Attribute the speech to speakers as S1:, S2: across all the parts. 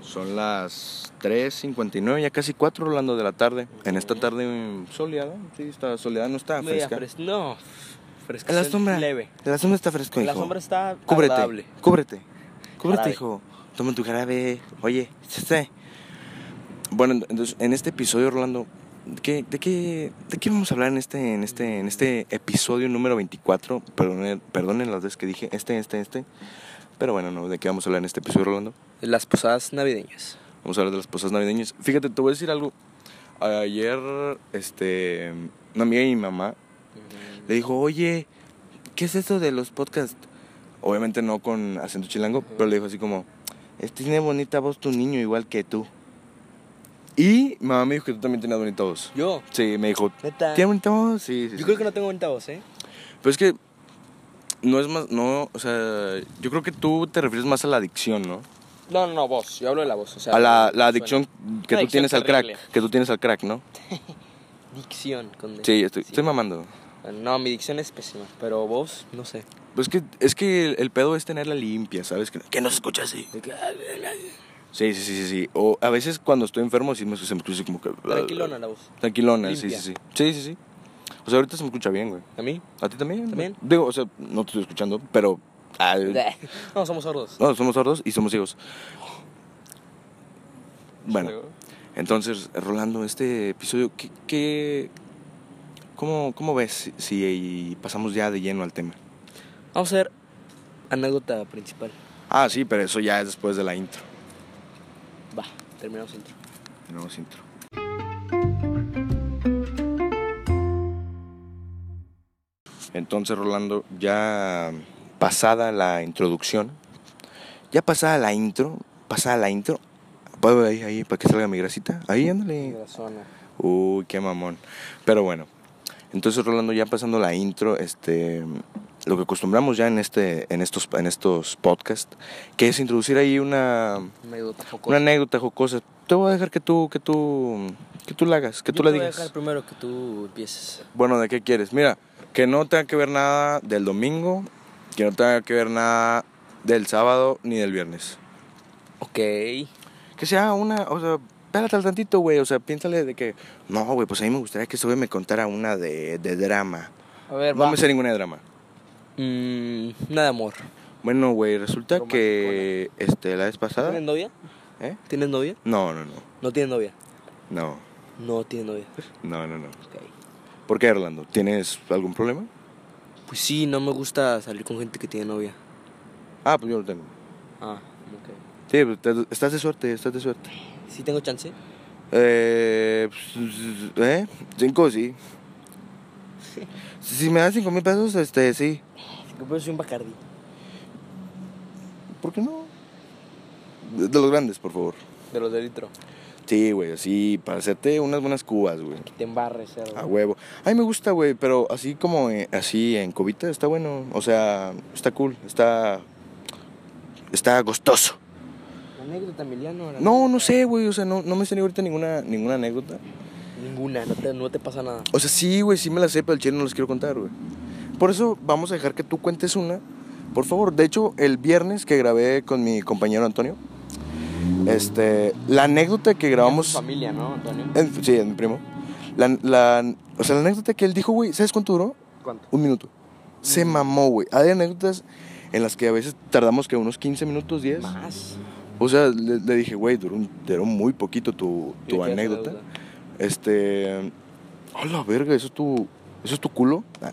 S1: Son las 3.59, ya casi 4, Rolando, de la tarde. En esta tarde mm, soleada, sí, está soleada, no está
S2: Media
S1: Ah, fresca.
S2: fres- no, fresca.
S1: En la
S2: es
S1: sombra.
S2: Leve.
S1: En la sombra está fresco,
S2: En
S1: hijo.
S2: la sombra está
S1: Cúbrete,
S2: agradable.
S1: cúbrete. Cúbrete,
S2: Jarabe.
S1: hijo. Toma tu jarabe. Oye, chiste. Bueno, ent- entonces, en este episodio, Rolando, ¿qué- de, qué, ¿de qué vamos a hablar en este, en este, en este episodio número 24? Perdonen, perdonen las veces que dije este, este, este. Pero bueno, no, ¿de qué vamos a hablar en este episodio, Rolando?
S2: Las posadas navideñas.
S1: Vamos a hablar de las posadas navideñas. Fíjate, te voy a decir algo. Ayer, este, una amiga de mi mamá le dijo, oye, ¿qué es eso de los podcasts? Obviamente no con acento chilango, pero le dijo así como, "Es- tiene bonita voz tu niño igual que tú. Y mi mamá me dijo que tú también tenías bonita voz.
S2: Yo,
S1: Sí, me dijo,
S2: neta.
S1: ¿tiene bonita voz? Sí, sí.
S2: Yo creo que no tengo bonita voz, ¿eh?
S1: Pero es que no es más, no, o sea, yo creo que tú te refieres más a la adicción, ¿no?
S2: No, no, no, voz. Yo hablo de la voz. O sea,
S1: A la,
S2: suena.
S1: la adicción que
S2: Una
S1: tú
S2: adicción
S1: tienes al
S2: terrible.
S1: crack, que tú tienes al crack, ¿no?
S2: Dicción. Con D.
S1: Sí, estoy, estoy mamando.
S2: No, mi dicción es pésima. Pero voz, no sé.
S1: Pues que, es que el, el pedo es tenerla limpia, ¿sabes? Que, que no se escucha así. Sí, sí, sí, sí, sí. O a veces cuando estoy enfermo sí me, se me escucha como que...
S2: Tranquilona la voz.
S1: Tranquilona, sí, sí,
S2: Limpia.
S1: sí. Sí, sí, sí. O sea, ahorita se me escucha bien, güey.
S2: ¿A mí?
S1: ¿A ti también?
S2: También.
S1: Digo, o sea, no te estoy escuchando, pero... al-
S2: No, somos sordos.
S1: No, somos sordos y somos ciegos. Bueno,
S2: Luego,
S1: entonces, Rolando, este episodio, ¿qué... qué- cómo, ¿Cómo ves si, si pasamos ya de lleno al tema?
S2: Vamos a ver anécdota principal.
S1: Ah, sí, pero eso ya es después de la intro.
S2: Va, terminamos intro.
S1: Tenemos intro. Entonces, Rolando, ya pasada la introducción, ya pasada la intro, pasada la intro, pa- ahí, ahí, para que salga mi grasita, ahí, ándale.
S2: La zona.
S1: Uy, qué mamón. Pero bueno, entonces Rolando, ya pasando la intro, este, lo que acostumbramos ya en este, en estos, en estos podcasts, que es introducir ahí una,
S2: Anécdota
S1: una
S2: jocosa.
S1: anécdota jocosa. Te voy a dejar que tú, que tú, que tú la hagas, que
S2: Yo
S1: tú la
S2: te voy a
S1: digas.
S2: dejar primero que tú empieces.
S1: Bueno, ¿de qué quieres? Mira, que no tenga que ver nada del domingo, que no tenga que ver nada del sábado ni del viernes.
S2: Ok.
S1: Que sea una, o sea, espérate al tantito, güey, o sea, piénsale de que, no, güey, pues a mí me gustaría que Sobe me contara una de, de drama.
S2: A ver,
S1: No
S2: va.
S1: me sé ninguna de drama.
S2: Mm, nada de amor.
S1: Bueno, güey, resulta que, este, la vez pasada,
S2: ¿Tienes novia?
S1: ¿eh?
S2: ¿Tienes novia?
S1: No, no, no,
S2: No tienes novia.
S1: no,
S2: No tienes novia.
S1: no, no, no.
S2: Ok.
S1: ¿Por qué, Orlando? ¿Tienes algún problema?
S2: Pues sí, no me gusta salir con gente que tiene novia.
S1: Ah, pues yo no tengo.
S2: Ah, ok.
S1: Sí, pues, te- estás de suerte, estás de suerte.
S2: ¿Sí tengo chance?
S1: Eh, pues, ¿eh? Cinco, sí. Si me das cinco mil pesos, este, sí.
S2: Yo puedo pues, un Bacardi.
S1: ¿Por qué no? De, de los grandes, por favor.
S2: De los de litro.
S1: Sí, güey, así, para hacerte unas buenas cubas, güey.
S2: Que te embarres, cerdo.
S1: A huevo. A mí me gusta, güey, pero así como, eh, así en cubita, está bueno. O sea, está cool, está... Está gustoso.
S2: Anécdota, Emiliano. la
S1: No, no
S2: anécdota.
S1: sé, güey, o sea, no, no me sé ni ahorita ninguna, ninguna anécdota.
S2: Ninguna, no te, no te pasa nada.
S1: O sea, sí, güey, sí me la sé, pero el chile no les quiero contar, güey. Por eso vamos a dejar que tú cuentes una. Por favor, de hecho, el viernes que grabé con mi compañero Antonio, este, la anécdota que grabamos...
S2: familia, ¿no, Antonio?
S1: en- sí, es mi primo. La, la- o sea, la anécdota que él dijo, güey, ¿sabes cuánto duró?
S2: ¿Cuánto?
S1: Un minuto.
S2: Mm.
S1: Se mamó, güey. Hay anécdotas en las que a veces tardamos que unos 15 minutos, 10.
S2: Más.
S1: O sea, le, le dije, güey, duró, un- duró muy poquito tu,
S2: Y
S1: tu
S2: quedaste
S1: anécdota.
S2: deuda.
S1: Este. A la verga, ¿eso es tu, eso es tu culo? Ah,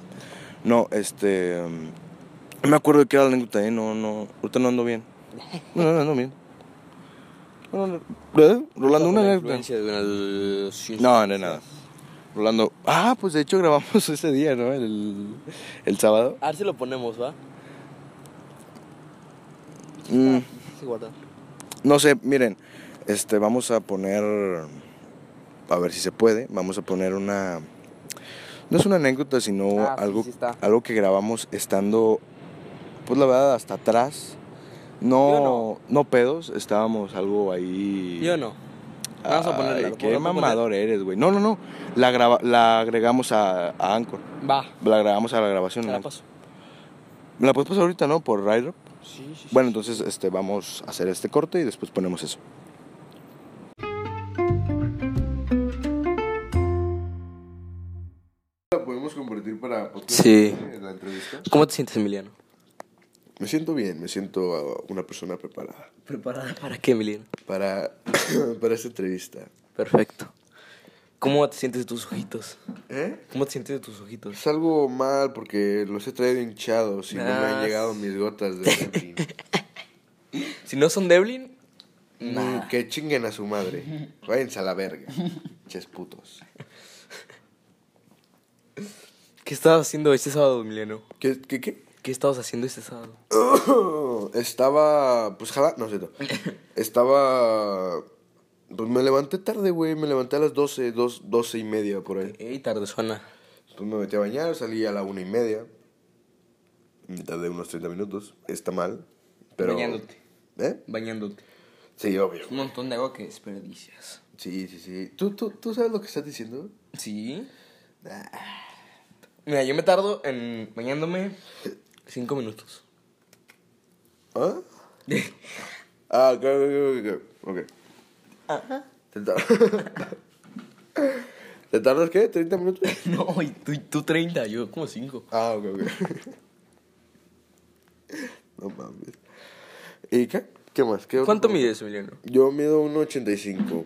S1: No, este. mm, No me acuerdo de qué era la anécdota, ¿eh? No, no. Ahorita no ando bien. No, no ando bien. Bueno, no- ¿eh? Rolando, una
S2: Bajo la
S1: anécdota.
S2: influencia de una- sí,
S1: No, no,
S2: sí.
S1: nada. Rolando. Ah, pues de hecho grabamos ese día, ¿no? El, el sábado.
S2: A ver si lo ponemos, ¿va?
S1: Mm,
S2: Se guarda.
S1: no sé, miren. Este, vamos a poner. A ver si se puede. Vamos a poner una. No es una anécdota, sino
S2: Ah, sí,
S1: algo
S2: sí está.
S1: algo que grabamos estando, pues la verdad, hasta atrás. No, no. pedos, estábamos algo ahí.
S2: Yo no. Vamos a
S1: Ay,
S2: ponerla, lo
S1: Qué
S2: podemos poner.
S1: mamador eres, güey. No, no, no. La, graba- la agregamos a, a Anchor.
S2: Va.
S1: La agregamos a la grabación.
S2: Te
S1: ¿no?
S2: la paso.
S1: Me la puedes pasar ahorita, ¿no? Por Rydrop.
S2: Sí, sí, sí.
S1: Bueno, entonces este, vamos a hacer este corte y después ponemos eso.
S2: Sí.
S1: la entrevista.
S2: ¿Cómo te sientes, Emiliano?
S1: Me siento bien, me siento ah, una persona preparada
S2: ¿Preparada para qué, Emiliano?
S1: para, para esta entrevista.
S2: Perfecto. ¿Cómo te sientes de tus ojitos?
S1: ¿Eh?
S2: ¿Cómo te sientes de tus ojitos?
S1: Salgo mal porque los he traído hinchados y no me
S2: Ah,
S1: han llegado mis gotas de Zeppelin.
S2: Si no son Devlin,
S1: Mm, Que chinguen a su madre. Váyanse a la verga. Ches putos.
S2: ¿qué estabas haciendo este sábado, Emiliano?
S1: ¿Qué? ¿Qué? qué?
S2: ¿Qué estabas haciendo este sábado?
S1: Estaba. Pues jala. No, es cierto. Estaba. Pues me levanté tarde, güey. Me levanté a las 12, dos, 12 y media por ahí.
S2: Ey, tardezona.
S1: Pues me metí a bañar, salí a la una y media. Me tardé unos 30 minutos. Está mal. Pero.
S2: Bañándote.
S1: ¿Eh?
S2: Bañándote.
S1: Sí, obvio.
S2: Un montón de agua que desperdicias.
S1: Sí, sí, sí. ¿Tú, tú, ¿Tú sabes lo que estás diciendo?
S2: ¿Sí? Ah. Mira, yo me tardo en bañándome cinco minutos.
S1: ¿Ah? ah, ok, ok, ok, ok. ¿Te, tar- ¿Te tardas qué? ¿30 minutos?
S2: No, y tú, y tú 30, yo como 5.
S1: Ah, ok, ok. no mames. ¿Y qué? ¿Qué más? ¿Qué otro
S2: ¿Cuánto
S1: problema?
S2: mides, Emiliano?
S1: Yo mido 1,85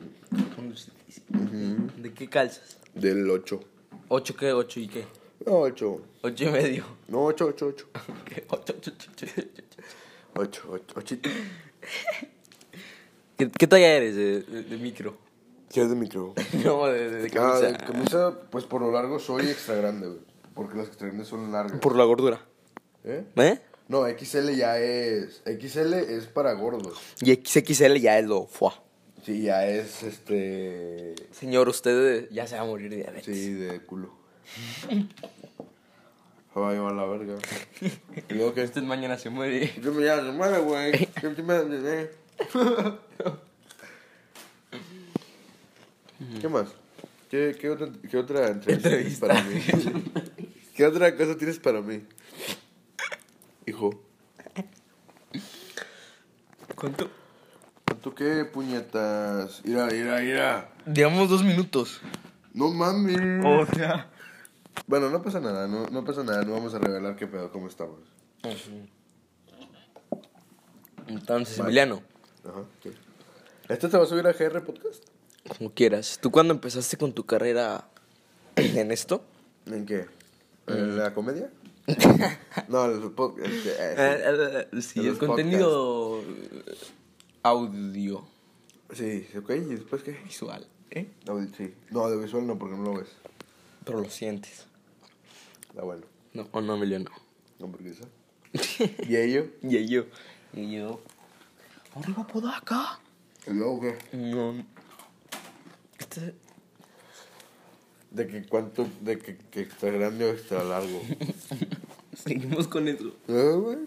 S2: ¿De qué calzas?
S1: del 8.
S2: ¿Ocho qué? ¿Ocho y qué?
S1: No, 8.
S2: ¿Ocho y medio?
S1: No, 8, 8, 8.
S2: ¿Qué? Ocho, ocho, ocho, ocho, ocho, ocho.
S1: 8, 8, 8.
S2: ¿Qué, qué talla eres de, de- de micro?
S1: ¿Qué es de micro?
S2: No, de, de, de
S1: Ah,
S2: camisa.
S1: de camisa, pues por lo largo soy extra grande, güey. Porque las extra grandes son largas.
S2: Por la gordura.
S1: ¿Eh?
S2: ¿Eh?
S1: No, XL ya es. XL es para gordos.
S2: Y XXL ya es lo fuá.
S1: Sí, ya es este.
S2: Señor, usted eh, ya se va a morir de diabetes.
S1: Sí, de culo. Se va a llevar la verga. Y luego que.
S2: Usted este mañana se muere.
S1: Yo me llamo, madre, güey. Yo te me- eh. ¿Qué más? ¿Qué, qué, otra, ¿Qué otra entrevista, tienes
S2: Entrevista.
S1: para mí? ¿Qué otra cosa tienes para mí? Hijo.
S2: ¿Cuánto?
S1: ¿Tú qué puñetas? Mira, mira, mira.
S2: Digamos dos minutos.
S1: No mames.
S2: O sea.
S1: Bueno, no pasa nada, no, no pasa nada, no vamos a revelar qué pedo, cómo estamos.
S2: Entonces,
S1: Vale.
S2: Emiliano,
S1: Ajá. sí. ¿Esto te va a subir a GR Podcast?
S2: como quieras. ¿Tú cuando empezaste con tu carrera en esto?
S1: ¿En qué? ¿En la comedia? no, el este, eh, podcast.
S2: Eh, sí,
S1: En
S2: el
S1: los
S2: contenido eh, audio
S1: Sí, sí, ok, ¿y después qué?
S2: visual, ¿eh?
S1: Audio- sí. No, de visual no, porque no lo ves.
S2: Pero lo sientes.
S1: Está bueno.
S2: No, o no, Emiliano.
S1: Hamburguesa. ¿Y ello?
S2: Y yo. Y yo. ¿Arriba Podaca?
S1: ¿Y luego qué?
S2: No. Este-
S1: ¿De que cuánto? ¿De que, que extra grande o extra largo?
S2: Seguimos con eso.
S1: ¿Eh, güey?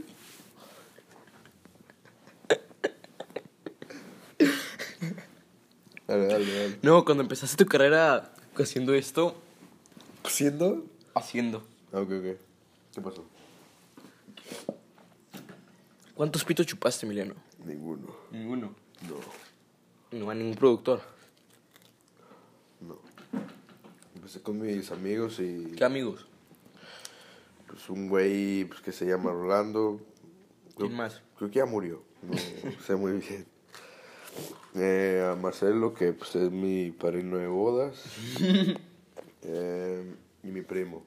S1: Dale, dale, dale.
S2: No, cuando empezaste tu carrera haciendo esto,
S1: ¿Siendo?
S2: haciendo.
S1: Ah, ok, ok. ¿Qué pasó?
S2: ¿Cuántos pitos chupaste, Emiliano?
S1: Ninguno.
S2: Ninguno.
S1: No,
S2: No a ningún productor.
S1: no. Empecé con mis amigos y
S2: ¿Qué amigos?
S1: pues un güey pues, que se llama Rolando. Creo-
S2: ¿Quién más?
S1: Creo que ya murió. No sé muy bien. Eh, a Marcelo, que pues, es mi padrino de bodas. Eh, y mi primo.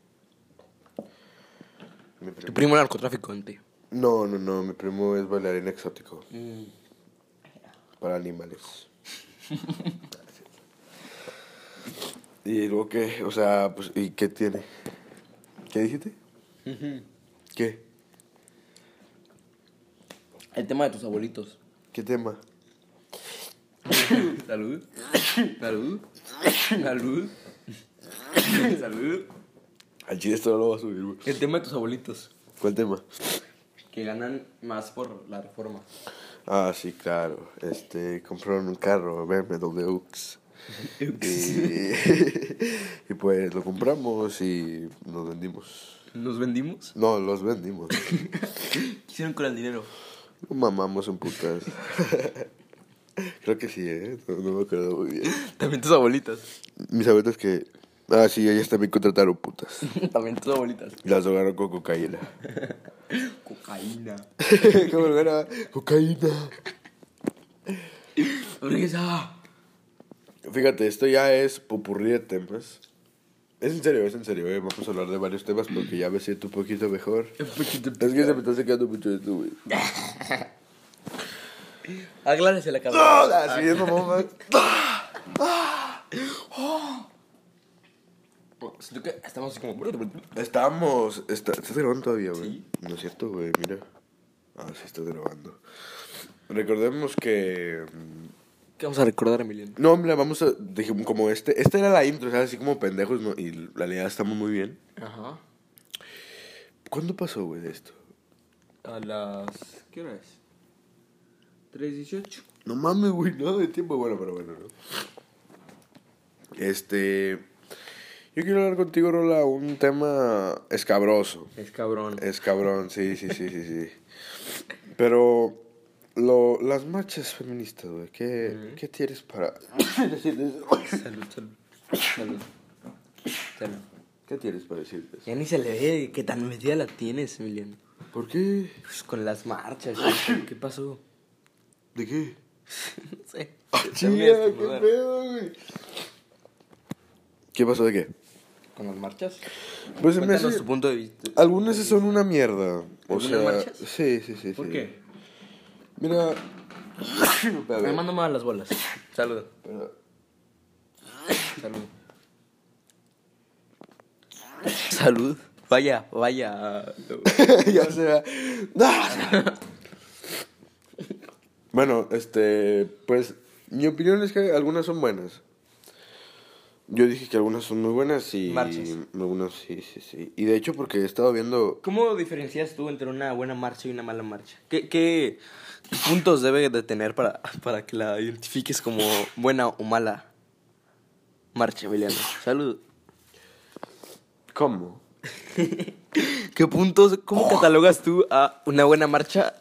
S1: Mi
S2: Tu
S1: primo.
S2: primo narcotraficante.
S1: No, no, no. Mi primo es bailarín exótico. Para animales. y luego qué, o sea, pues, ¿y qué tiene? ¿Qué dijiste? ¿Qué?
S2: El tema de tus abuelitos.
S1: ¿Qué tema?
S2: Salud. Salud. Salud. Salud.
S1: Al chile esto no lo va a subir, güey.
S2: El tema de tus abuelitos.
S1: ¿Cuál tema?
S2: Que ganan más por la reforma.
S1: Ah, sí, claro. Este, compraron un carro, BMW Ux. y, y pues lo compramos y nos vendimos.
S2: ¿Nos vendimos?
S1: No, los vendimos.
S2: ¿Qué hicieron con el dinero?
S1: Lo mamamos en putas. Creo que sí, ¿eh? No, no me acuerdo muy bien.
S2: También tus abuelitas.
S1: Mis abuelos que Ah, sí, ellas también contrataron putas.
S2: También tus abuelitas.
S1: Y Las drogaron con cocaína.
S2: Cocaína.
S1: ¿Cómo lo era? Cocaína.
S2: Regresa.
S1: Fíjate, esto ya es popurrí de temas. Es en serio, es en serio, eh, vamos a hablar de varios temas porque ya me siento un poquito mejor. Es que se me está secando mucho esto, güey.
S2: Aclárese la cabeza.
S1: ¡No! Así Ah, es, mamá.
S2: Siento que estamos así como.
S1: Estamos. Está, ¿Estás grabando todavía, güey? No es cierto, güey, mira. Ah, sí, estás grabando. Recordemos que. mm,
S2: ¿Qué vamos a recordar, Emiliano?
S1: No, hombre, vamos a. Dije, como este. Esta era la intro, o sea, así como pendejos, ¿no? Y la realidad estamos muy bien.
S2: Ajá.
S1: ¿Cuándo pasó, güey, de esto?
S2: A las. ¿Qué hora es? 3.18.
S1: No mames, güey, nada de tiempo. Bueno, pero bueno, ¿no? Este. Yo quiero hablar contigo, Rola, un tema escabroso.
S2: Es cabrón.
S1: Es cabrón, sí, sí, sí, sí, sí. Pero. Lo, las marchas feministas, güey, ¿qué, ¿qué tienes para decir de eso?
S2: Salud, salud. Salud. Salud.
S1: ¿Qué tienes para decir de eso?
S2: Ya ni se le ve que tan metida la tienes, Emiliano.
S1: ¿Por qué?
S2: Pues con las marchas. güey. ¿Qué pasó?
S1: ¿De qué?
S2: no sé.
S1: Ah, Chinga, qué pedo, güey. ¿Qué pasó de qué?
S2: ¿Con las marchas?
S1: Pues se me
S2: Cuéntanos
S1: hace-
S2: tu punto de vista.
S1: Algunas sí son una mierda. O
S2: ¿Algunas
S1: sea,
S2: marchas?
S1: sí, sí, sí.
S2: ¿Por
S1: sí.
S2: qué?
S1: Mira. Pero,
S2: Me mando más las bolas. Salud.
S1: pero-
S2: Salud. Salud. Vaya, vaya.
S1: ya sea. bueno, este. Pues mi opinión es que algunas son buenas. Yo dije que algunas son muy buenas y.
S2: Marchas.
S1: Algunas sí, sí, sí. Y de hecho, porque he estado viendo.
S2: ¿Cómo diferencias tú entre una buena marcha y una mala marcha? ¿Qué, qué puntos debe de tener para, para que la identifiques como buena o mala marcha, Emiliano? Salud.
S1: ¿Cómo?
S2: ¿Qué puntos, cómo catalogas tú a una buena marcha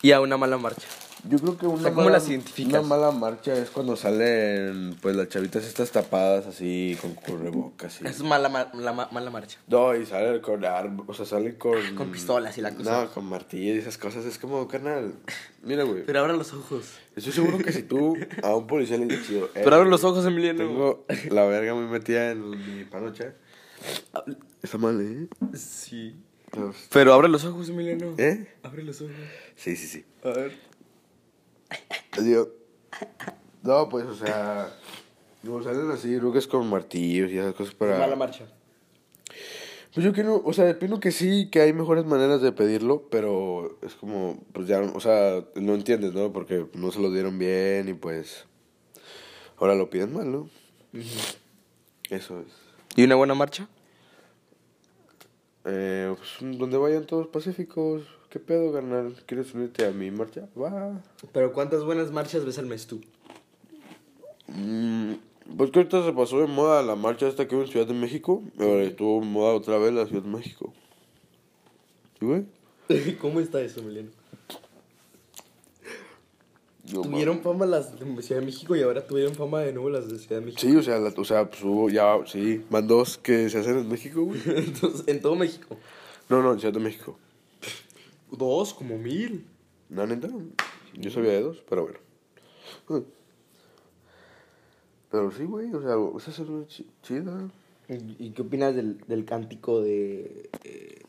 S2: y a una mala marcha?
S1: Yo creo que una,
S2: sea, ¿cómo
S1: mala,
S2: las identificas?
S1: una mala marcha es cuando salen pues las chavitas estas tapadas así con cubrebocas.
S2: Es
S1: Y...
S2: mala, ma- la ma- mala marcha.
S1: No, y salen con armas, o sea, salen con...
S2: Ah, Con pistolas y la cosa.
S1: No, con martillos y esas cosas. Es como, carnal, mira, güey.
S2: Pero abra los ojos.
S1: Estoy seguro que si tú a un policía le dices, eh,
S2: Pero abre los ojos, Emiliano.
S1: tengo la verga muy metida en mi panocha. Está mal, ¿eh?
S2: Sí.
S1: Entonces,
S2: Pero abre los ojos, Emiliano.
S1: ¿Eh?
S2: Abre los ojos.
S1: Sí, sí, sí.
S2: A ver.
S1: Digo, no, pues, o sea, como salen así, creo que es con martillos y esas cosas para...
S2: Mala marcha.
S1: Pues yo quiero, o sea, opino que sí, que hay mejores maneras de pedirlo, pero es como, pues ya, o sea, no entiendes, ¿no? Porque no se lo dieron bien y pues ahora lo piden mal, ¿no? Eso es.
S2: ¿Y una buena marcha?
S1: Eh, pues donde vayan todos pacíficos, ¿qué pedo, carnal? ¿Quieres unirte a mi marcha? Va.
S2: Pero ¿cuántas buenas marchas ves al mes tú?
S1: Mm, pues que ahorita se pasó de moda la marcha esta que hubo en Ciudad de México, y ahora estuvo en moda otra vez la Ciudad de México. ¿Sí, güey?
S2: ¿Cómo está eso, Emiliano?
S1: No, mames.
S2: Tuvieron fama las de Ciudad de México y ahora tuvieron fama de nuevo las de Ciudad de México.
S1: Sí, o sea, la- o sea, pues hubo ya, sí, más dos que se hacen en México, güey.
S2: Entonces, en todo México.
S1: No, no, en Ciudad de México.
S2: Dos, como mil.
S1: No, neta, yo sabía de dos, pero bueno. Pero sí, güey, o sea, esa es una chi- chida.
S2: ¿Y, y qué opinas del, del cántico de...? eh,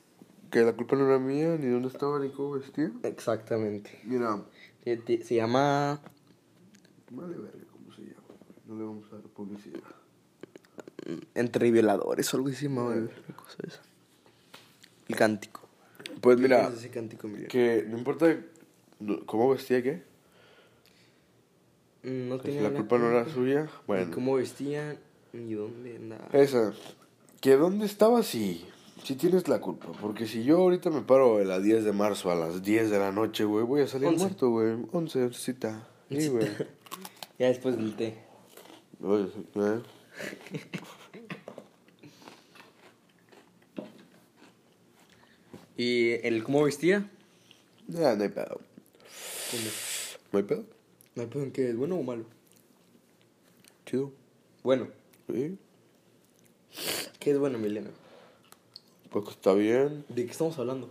S1: Que la culpa no era mía, ni dónde estaba ni cómo vestía.
S2: exactamente.
S1: Mira,
S2: Se, te- se llama...
S1: vale verga cómo se llama. No le vamos a dar publicidad.
S2: Entre violadores o algo así, mamá. cosa esa. El cántico.
S1: Pues mira,
S2: ¿Qué es ese cántico, Emiliano?
S1: que no importa no- cómo vestía, ¿qué?
S2: Mm, No
S1: Que si
S2: tenía
S1: la culpa no era suya,
S2: Ni
S1: bueno.
S2: cómo vestían, ni dónde andaba.
S1: Esa. Que dónde estaba sí. Sí tienes la culpa. Porque si yo ahorita me paro a las 10 de marzo a las 10 de la noche, güey, voy a salir
S2: Once.
S1: muerto, güey. 11, cita.
S2: Eh,
S1: Sí, güey.
S2: Ya después del té.
S1: Oye, sí, eh.
S2: ¿Y el cómo vestía?
S1: Ya, no hay pedo. ¿No hay pedo?
S2: No hay pedo en qué es, bueno o malo.
S1: Chido.
S2: Bueno,
S1: Sí.
S2: ¿Qué es bueno, Emiliano?
S1: Pues que está bien.
S2: ¿De qué estamos hablando?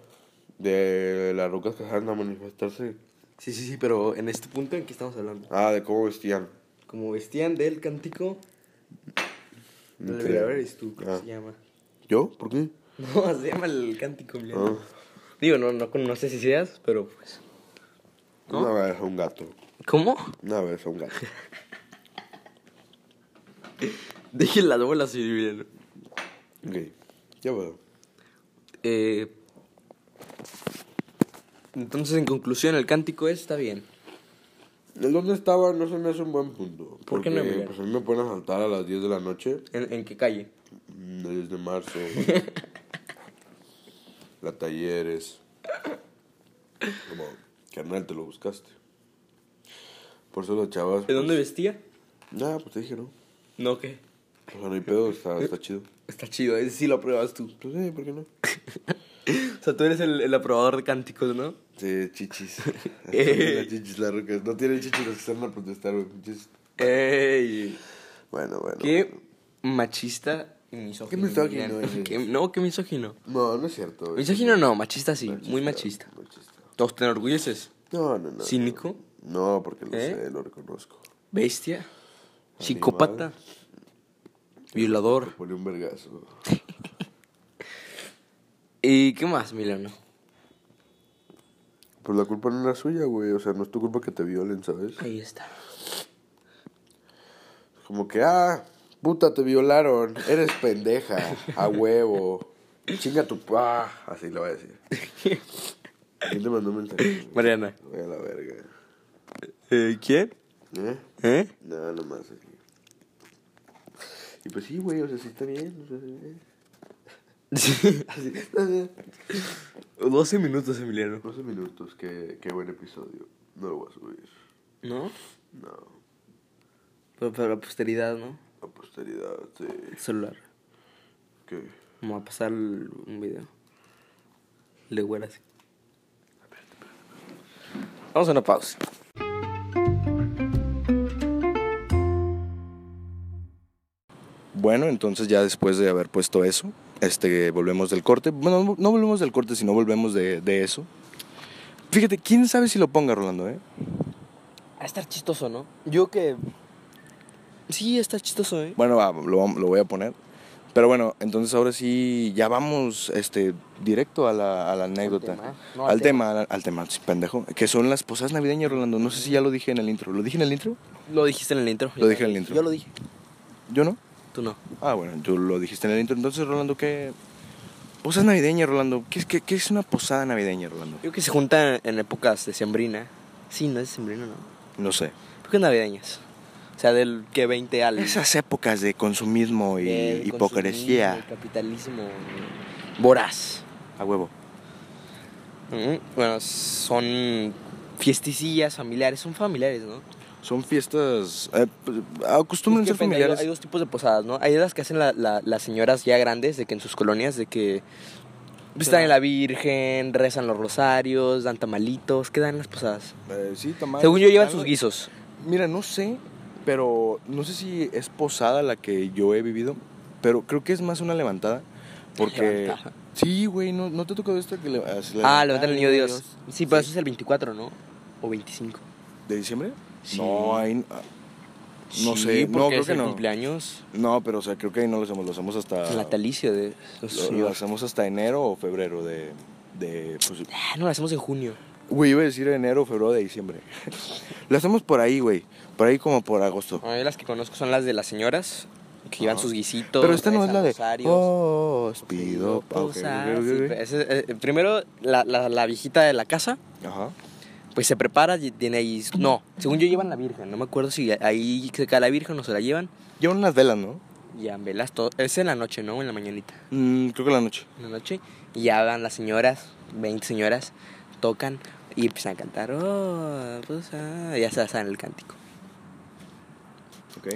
S1: De las rucas que salen a manifestarse.
S2: Sí, sí, sí, pero en este punto en qué estamos hablando.
S1: Ah, de cómo vestían.
S2: Como vestían del cántico.
S1: No
S2: Del
S1: creo.
S2: Eres tú, ¿cómo
S1: Ah.
S2: se llama?
S1: ¿Yo? ¿Por qué?
S2: No, se llama el cántico, Emiliano.
S1: Ah.
S2: Digo, no, no, no sé si seas, pero pues. ¿No?
S1: Una vez a un gato.
S2: ¿Cómo?
S1: Una vez a un gato.
S2: Dije las bolas, Emiliano.
S1: ok. Ya veo.
S2: Eh, entonces, en conclusión, el cántico está bien.
S1: El dónde estaba no se me hace un buen punto.
S2: ¿Por qué no,
S1: porque,
S2: Miguel?
S1: Pues a mí me pueden asaltar a las 10 de la noche.
S2: ¿En, en qué calle?
S1: Mm, El 10 de marzo. la Talleres. Como, carnal, te lo buscaste. Por eso los chavas.
S2: ¿De dónde
S1: pues,
S2: vestía?
S1: Nada, pues te dije, ¿no?
S2: No, ¿qué?
S1: O sea, no hay pedo, está, está chido.
S2: Está chido, ese sí lo apruebas tú. "Eh,
S1: Pues sí, ¿por qué no?
S2: O sea, tú eres el, el aprobador de cánticos, ¿no?
S1: Sí, chichis.
S2: Ey.
S1: las chichis, las rucas. No tienen chichis los que salen a protestar, güey. pinches.
S2: ¡Ey!
S1: Bueno, bueno.
S2: Qué machista y misógino.
S1: Qué misógino
S2: Emiliano.
S1: eres.
S2: Qué- no, qué misógino.
S1: No, no es cierto. güey.
S2: Misógino no, machista sí, muy machista.
S1: Machista.
S2: Todos te enorgulleces.
S1: No, no, no.
S2: ¿Cínico?
S1: No, porque lo
S2: ¿Eh?
S1: sé, lo reconozco.
S2: Bestia. Psicópata. Violador.
S1: Pone un vergazo.
S2: ¿Y qué más, Milano?
S1: Pues la culpa no era suya, güey. O sea, no es tu culpa que te violen, ¿sabes?
S2: Ahí está.
S1: Como que, ah, puta, te violaron. Eres pendeja. A huevo. Chinga tu pa. Así lo voy a decir. ¿Quién te mandó un mensaje? güey?
S2: Mariana.
S1: Voy a la verga.
S2: ¿Quién?
S1: ¿Eh?
S2: ¿Eh?
S1: Nada, nomás. así. Y pues sí, güey, o sea, sí está bien. O sea, eh. Así, está bien.
S2: 12 minutos, Emiliano.
S1: 12 minutos, qué, qué buen episodio. No lo voy a subir.
S2: ¿No?
S1: No,
S2: Pero para la posteridad, ¿no?
S1: a posteridad, sí.
S2: El celular.
S1: ¿Qué?
S2: Vamos a pasar el- un video. Le huelas. Vamos a una pausa.
S3: Bueno, entonces ya después de haber puesto eso, este, volvemos del corte. Bueno, no volvemos del corte, sino volvemos de, de eso. Fíjate, quién sabe si lo ponga Rolando, ¿eh?
S2: Va a estar chistoso, ¿no? Yo que. Sí, está chistoso, ¿eh?
S3: Bueno, va, lo, vam- lo voy a poner. Pero bueno, entonces ahora sí, ya vamos este, directo a la, a la anécdota.
S2: tema, ¿eh?
S3: Al
S2: no
S3: tema,
S2: al
S3: al tema, sí, pendejo. Que son las posadas navideñas, Rolando. No sé si ya lo dije en el intro. ¿Lo dije en el intro?
S2: Lo dijiste en el intro.
S3: Lo dije en el intro.
S2: Yo lo dije.
S3: ¿Yo no?
S2: Tú no.
S3: Ah, bueno, tú lo dijiste en el intro. Entonces, Rolando, ¿qué...? Posadas navideñas, Rolando. ¿Qué, es- qué, qué es una posada navideña, Rolando?
S2: Yo que se juntan en épocas de sembrina. Sí, no es sembrina, ¿no?
S3: No sé.
S2: Creo que navideñas. O sea, del que 20 al.
S3: Esas épocas de consumismo y
S2: del
S3: hipocresía.
S2: consumismo, capitalismo. eh, Voraz.
S3: A huevo.
S2: Ujú. Bueno, son fiesticillas familiares, son familiares, ¿no?
S3: Son fiestas... eh, pues, acostumbran
S2: Es que depende,
S3: ser
S2: hay-
S3: familiares.
S2: Hay, dos tipos de posadas, ¿no? Hay las que hacen la- la- las señoras ya grandes, de que en sus colonias, de que pues, están en la Virgen, rezan los rosarios, dan tamalitos, ¿qué dan en las posadas?
S3: Eh, sí, tamales,
S2: Según yo llevan sus
S3: regalos.
S2: guisos.
S3: Mira, no sé, pero no sé si es posada la que yo he vivido, pero creo que es más una levantada. Porque.
S2: Levantada.
S3: Sí, güey, no, no te ha tocado esto que le, así
S2: ah,
S3: levantar
S2: levantan el niño Dios. Sí, pues. pero eso es el 24, ¿no? O 25.
S3: ¿De diciembre?
S2: Sí.
S3: No, ahí- ah, No
S2: Sí,
S3: sé, no,
S2: porque
S3: creo
S2: es
S3: que
S2: el
S3: no.
S2: cumpleaños,
S3: no, pero o sea, creo que ahí no lo hacemos, lo hacemos hasta.
S2: el natalicio de los
S3: lo- Lo,
S2: señores.
S3: hacemos hasta enero o febrero de. de pues,
S2: Ah, no, lo hacemos en junio.
S3: güey, iba a decir enero o febrero de diciembre. lo hacemos por ahí, güey. Por ahí como por agosto.
S2: A mí las que conozco son las de las señoras, que llevan
S3: Ajá.
S2: sus guisitos.
S3: Ah. Pero esta no es
S2: rezan
S3: la de.
S2: rosarios.
S3: Oh, os pido. pa- ok, pues, ah, ok,
S2: Posas,
S3: ok,
S2: sí,
S3: ok.
S2: pero ese- eh, primero, la, la, la viejita de la casa,
S3: Ajá.
S2: pues se prepara y tiene ahí. No, según yo llevan la virgen, no me acuerdo si ahí se cae la virgen o se la llevan.
S3: Llevan unas velas, ¿no?
S2: Y ya velas todo. Es en la noche, ¿no? En la mañanita.
S3: Mm, creo que la noche.
S2: En la noche. Y ya van las señoras, 20 señoras, tocan y empiezan a cantar. Oh, pues, ah", y ya se hacen el cántico.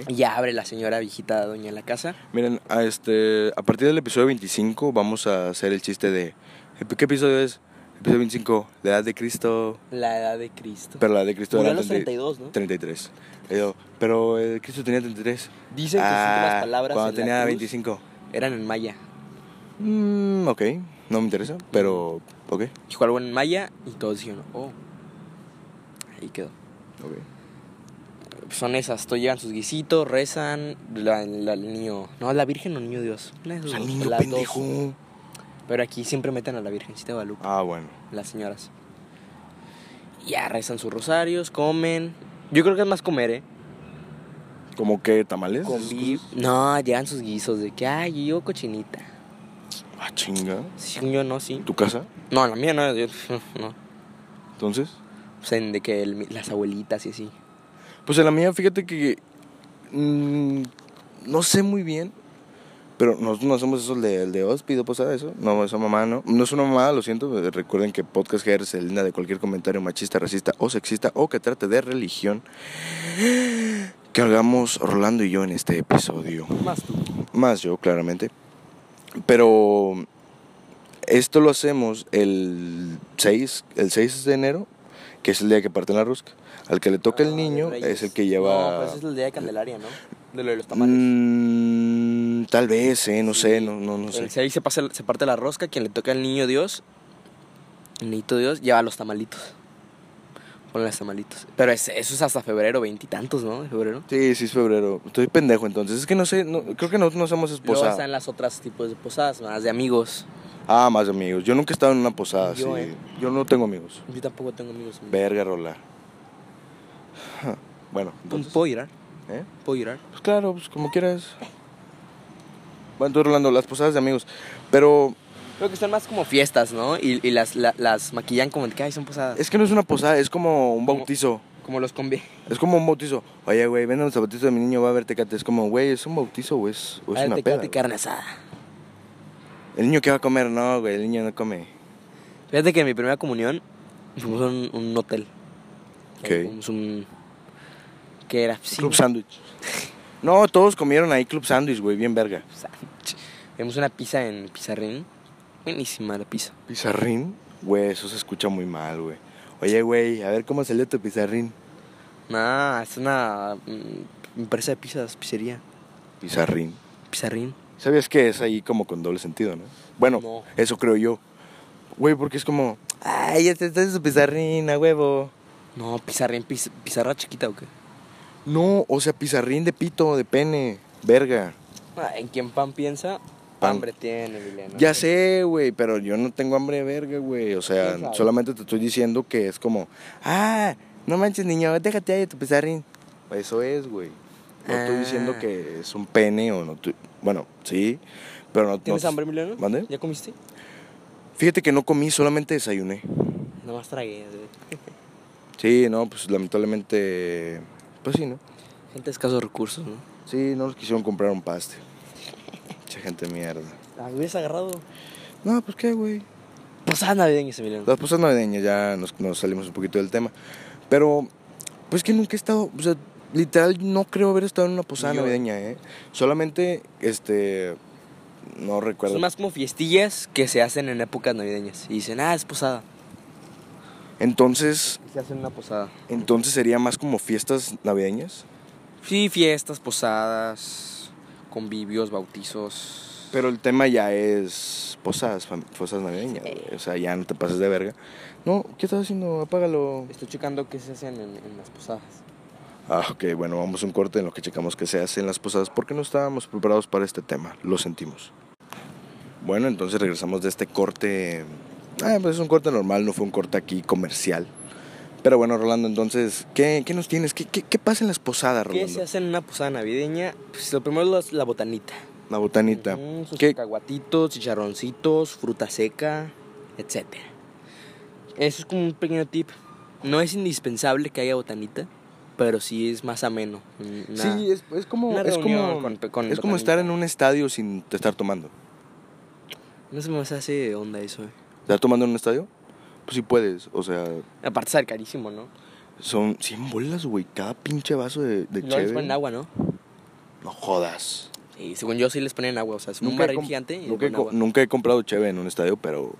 S2: Y ya abre la señora viejita doña de la casa.
S3: Miren, a, este, a partir del episodio 25 vamos a hacer el chiste de... ¿Qué episodio es? Episodio 25, la edad de Cristo...
S2: La edad de Cristo.
S3: Pero la edad de Cristo
S2: Murió
S3: era
S2: a los
S3: 30
S2: 32, ¿no?
S3: 33. Y yo, pero eh, Cristo tenía 33.
S2: Dicen que las últimas palabras.
S3: Ah, cuando
S2: en la
S3: tenía
S2: cruz-
S3: 25.
S2: Eran en maya.
S3: Mm, ok, no me interesa, pero ok.
S2: Dijo algo en maya y todos dijeron, oh. Ahí quedó. Pues
S3: Ok.
S2: Son esas, todos llevan sus guisitos, rezan, la, la- el niño... No, la Virgen o el niño Dios. Una de
S3: O
S2: esas
S3: sea,
S2: dos,
S3: Pues niño
S2: las dos.
S3: pendejo.
S2: Pero aquí siempre meten a la Virgencita de Guadalupe.
S3: Ah, bueno.
S2: las señoras. Ya rezan sus rosarios, comen. Yo creo que es más comer, ¿eh?
S3: ¿Cómo que tamales?
S2: Convi- No, llegan sus guisos de que, ay, yo cochinita.
S3: Ah, chinga.
S2: Según yo no, sí.
S3: ¿Tu casa?
S2: No, la mía no, yo- no.
S3: Entonces.
S2: O sea, de que el- las abuelitas y así.
S3: Pues en la mía, fíjate que. mm, no sé muy bien. Pero nosotros no hacemos eso de, de hóspido, posada, eso. No, esa mamá no. No es una mamada, lo siento. eh, Recuerden que Podcast GR se linda de cualquier comentario machista, racista o sexista o que trate de religión. Que hagamos Rolando y yo en este episodio.
S2: Más tú.
S3: Más yo, claramente. Pero esto lo hacemos el 6, el 6 de enero, que es el día que parten la rosca. Al que le toca el niño es el que lleva...
S2: Ah, No, pues es el día de Candelaria, ¿no? De lo de los tamales.
S3: Mm, tal vez, eh, no sé, no, no, no
S2: El
S3: sé.
S2: 6 se, pasa, se parte la rosca, quien le toca al niño Dios, el niñito Dios lleva los tamalitos. Ponle los tamalitos. Pero es- eso es hasta febrero, veintitantos, ¿no? De febrero.
S3: Sí, sí, es febrero. Estoy pendejo entonces. Es que no sé, no- creo que nosotros no hacemos
S2: Luego
S3: posada.
S2: están las otras tipos de posadas, más de amigos.
S3: Ah, más amigos. Yo nunca he estado en una posada,
S2: Yo,
S3: sí.
S2: eh.
S3: Yo no tengo amigos.
S2: Yo tampoco tengo amigos.
S3: Verga, rola. Bueno, entonces,
S2: ¿Puedo llorar?
S3: ¿eh?
S2: ¿Puedo llorar?
S3: Pues claro, pues como quieras. Bueno, entonces Rolando, las posadas de amigos. Pero
S2: Creo que están más como fiestas, ¿no? Y, y las, la- las maquillan como el que, ay, son posadas.
S3: es que no es una posada, es como un
S2: Como-
S3: bautizo.
S2: Como los combi.
S3: Es como un bautizo. Oye, güey, ven al bautizo de mi niño, va a ver tecate. Es como, güey, ¿es un bautizo o es, o es
S2: A ver,
S3: pues una
S2: te
S3: peda?
S2: quédate
S3: güey?
S2: carne asada.
S3: El niño que va a comer, no, güey, el niño no come.
S2: Fíjate que en mi primera comunión fuimos a un, un hotel.
S3: Ok.
S2: Fuimos a un... ¿Qué era? Sí,
S3: Club sándwich. No, todos comieron ahí club sándwich, güey, bien verga.
S2: Sándwich. Vemos una pizza en Pizarrín. Buenísima la pizza.
S3: ¿Pizarrín? Güey, eso se escucha muy mal, güey. Oye, güey, a ver cómo salió tu pizarrín.
S2: Nah, es una mm, empresa de pizzas, pizzería.
S3: Pizarrín.
S2: Pizarrín.
S3: ¿Sabías que es ahí como con doble sentido, no? Bueno,
S2: No.
S3: eso creo yo. Güey, porque es como, ay, este está en su pizarrín, a huevo.
S2: No, Pizarrín, piz- pizarra chiquita o qué.
S3: No, o sea, pizarrín de pito, de pene, verga.
S2: Ah, en quien pan piensa,
S3: Pan.
S2: hambre tiene, Emiliano.
S3: Ya sé, güey, pero yo no tengo hambre de verga, güey. O
S2: Sí,
S3: sea,
S2: claro.
S3: solamente te estoy diciendo que es como, ah, no manches, niño, déjate ahí de tu pizarrín. Eso es, güey. No estoy
S2: Ah.
S3: diciendo que es un pene o no. estoy- Bueno, sí, pero no.
S2: ¿Tienes
S3: no-
S2: hambre, Emiliano?
S3: ¿Mande?
S2: ¿Ya comiste?
S3: Fíjate que no comí, solamente desayuné.
S2: Nada más tragué. güey.
S3: Sí, no, pues lamentablemente, pues sí, ¿no?
S2: Gente de escasos recursos, ¿no?
S3: Sí, no nos quisieron comprar un paste. Mucha gente mierda.
S2: ¿Habías agarrado?
S3: No, pues qué, güey.
S2: Posadas navideñas, Emiliano.
S3: Las posadas navideñas ya nos, nos salimos un poquito del tema. Pero, pues que nunca he estado, o sea, literal no creo haber estado en una posada
S2: Yo-
S3: navideña, ¿eh? Solamente, este, no recuerdo.
S2: Son más como fiestillas que se hacen en épocas navideñas. Y dicen, ah, es posada.
S3: Entonces,
S2: Y se hacen una posada.
S3: entonces sería más como fiestas navideñas.
S2: Sí, fiestas, posadas, convivios, bautizos.
S3: Pero el tema ya es posadas, fam- posadas navideñas, güey. O sea, ya no te pases de verga. No, ¿qué estás haciendo? Apágalo.
S2: Estoy checando qué se hacen en, en las posadas.
S3: Ah, ok, bueno, vamos a un corte en lo que checamos que se hace en las posadas porque no estábamos preparados para este tema, lo sentimos. Bueno, entonces regresamos de este corte. Ah, pues es un corte normal, no fue un corte aquí comercial. Pero bueno, Rolando, entonces, ¿qué, qué nos tienes? ¿Qué, qué, qué pasa en las posadas,
S2: ¿Qué se
S3: Rolando?
S2: hace en una posada navideña? Pues lo primero es las- la botanita.
S3: La botanita.
S2: Ujú, sus
S3: ¿Qué?
S2: cacahuatitos, chicharroncitos, fruta seca, etcétera. Eso es como un pequeño tip. No es indispensable que haya botanita, pero sí es más ameno. Una-
S3: Sí, es, es como,
S2: Una
S3: es como,
S2: reunión con- con
S3: es como
S2: botanita.
S3: estar en un estadio sin te estar tomando.
S2: No se me hace onda eso. eh.
S3: ¿Estar tomando en un estadio? Pues sí puedes, o sea,
S2: Aparte sale carísimo, ¿no?
S3: son 100 bolas, güey, cada pinche vaso de, de
S2: Y luego les
S3: cheve.
S2: ponen agua, ¿no?
S3: No jodas.
S2: Y según yo sí les ponen agua, o sea, es un
S3: Nunca he,
S2: barril
S3: com-
S2: gigante y les
S3: nunca, he
S2: ponen
S3: co-
S2: agua.
S3: nunca he comprado cheve en un estadio, pero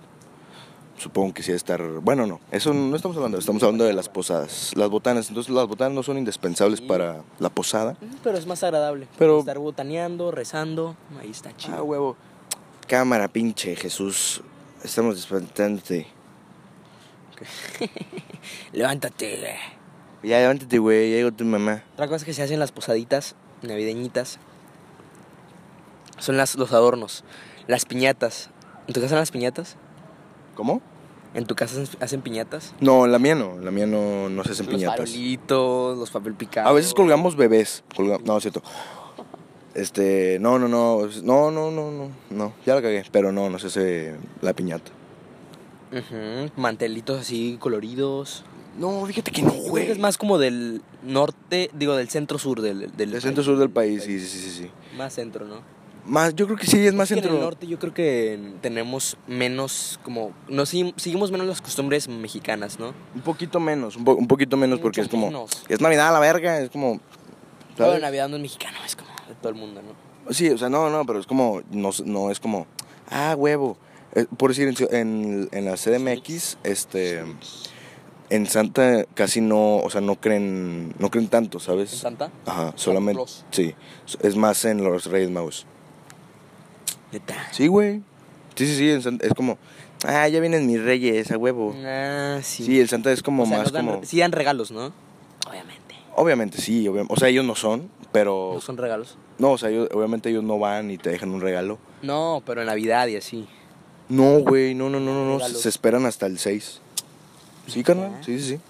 S3: supongo que sí va a estar. Bueno, no, eso no estamos hablando, estamos hablando de las posadas, las botanas. Entonces, las botanas no son indispensables para la posada.
S2: Mm, Pero es más agradable.
S3: Pero-
S2: Estar botaneando, rezando. Ahí está
S3: Ah,
S2: chido.
S3: huevo. Cámara, pinche Jesús. Estamos espantándote.
S2: Levántate, güey.
S3: Ya levántate, güey, ya llegó tu mamá.
S2: Otra cosa que se hacen las posaditas navideñitas son las, los adornos, las piñatas. ¿En tu casa hacen las piñatas?
S3: ¿Cómo?
S2: ¿En tu casa hacen- hacen piñatas?
S3: No, la mía no, la mía no, no se hacen
S2: Los
S3: piñatas.
S2: farolitos, los papel picado.
S3: A veces colgamos bebés. colga- No, es cierto. Este, no, no, no, no, no, no, no, no, ya la cagué, pero no, no se hace la piñata.
S2: Ujú, Mantelitos así coloridos.
S3: No, fíjate que no,
S2: Yo creo que Es
S3: más
S2: más como del norte, digo, del centro-sur del, del
S3: del centro
S2: país.
S3: sur del país, sí, sí, sí, sí.
S2: Más centro, ¿no?
S3: Más, yo creo que sí, es más
S2: Es que En el
S3: centro.
S2: norte yo creo que tenemos menos, como, no segui- seguimos menos las costumbres mexicanas, ¿no?
S3: Un poquito menos, un, po- un poquito menos porque
S2: Mucho
S3: es como
S2: menos.
S3: es Navidad a la verga, es como
S2: Pero
S3: ¿sabes?
S2: Navidad no es mexicano, es como de todo el mundo, ¿no?
S3: Sí, o sea, no, no, pero es como no, s- no es como ah, huevo. Eh, por decir en, Ciu- en, en la CDMX, este en Santa casi no, o sea, no creen no creen tanto, ¿sabes?
S2: ¿En Santa?
S3: Ajá, solamente
S2: Claus.
S3: sí, es más en los Reyes Magos.
S2: Neta.
S3: Sí, güey. Sí, sí, sí, en San- es como, ah, ya vienen mis reyes, a huevo.
S2: Ah, sí.
S3: Sí, el Santa es como
S2: O sea,
S3: más
S2: nos dan-
S3: como...
S2: Sí dan regalos, ¿no? Obviamente.
S3: Obviamente, sí, obvia- o sea, ellos no son, pero...
S2: No son regalos.
S3: No, o sea, ellos- obviamente ellos no van y te dejan un regalo.
S2: No, pero en Navidad y así.
S3: No, güey, no, no, no, no, no,
S2: Regalos.
S3: se esperan hasta el 6. ¿Sí, carnal?
S2: ¿Eh?
S3: Sí, sí, sí.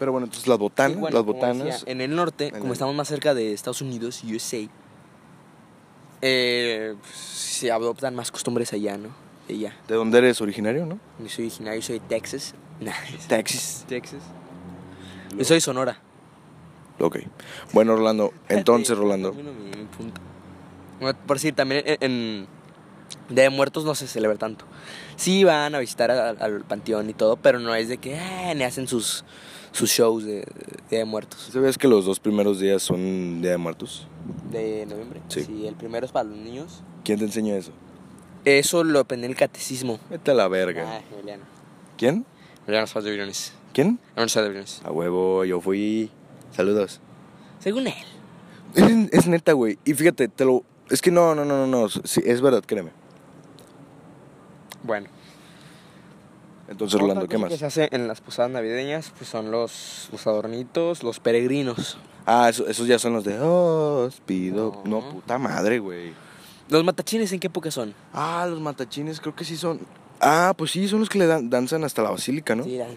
S3: Pero bueno, entonces las botanas,
S2: Sí, bueno,
S3: las
S2: como
S3: botanas...
S2: decía, en el norte,
S3: en
S2: como
S3: el-
S2: estamos más cerca de Estados Unidos, USA, eh, pues, se adoptan más costumbres allá, ¿no? De allá.
S3: ¿De dónde eres originario, no?
S2: Yo soy originario, soy de Texas. Nah,
S3: Texas.
S2: Texas. Yo soy de Sonora.
S3: Ok. Bueno, Rolando, entonces, Rolando...
S2: Bueno, mi- mi punto. Bueno, Por decir, también en, en Día de Muertos no se celebra tanto. Sí van a visitar a- al panteón y todo, pero no es de que ah, le hacen sus, sus shows de, de Día de Muertos.
S3: ¿Sabías que los dos primeros días son Día de Muertos?
S2: ¿De noviembre?
S3: Sí.
S2: el primero es para los niños.
S3: ¿Quién te enseñó eso?
S2: Eso lo aprendí en el catecismo.
S3: Vete a la verga.
S2: Ah, Emiliano.
S3: ¿Quién?
S2: Emiliano Suárez de Briones.
S3: ¿Quién?
S2: Emiliano Suárez de Briones.
S3: A huevo, yo fui. Saludos.
S2: Según él.
S3: Es, es neta, güey. Y fíjate, te lo. Es que no, no, no, no, no. Sí, es verdad, créeme.
S2: Bueno.
S3: Entonces, Rolando, ¿qué más?
S2: que se hace en las posadas navideñas pues son los, los adornitos, los peregrinos.
S3: Ah, eso- esos ya son los de. Oh, os pido.
S2: No.
S3: No, puta madre, güey.
S2: ¿Los matachines en qué época son?
S3: Ah, los matachines, creo que sí son. Ah, pues sí, son los que le dan- danzan hasta la basílica, ¿no?
S2: Sí, la-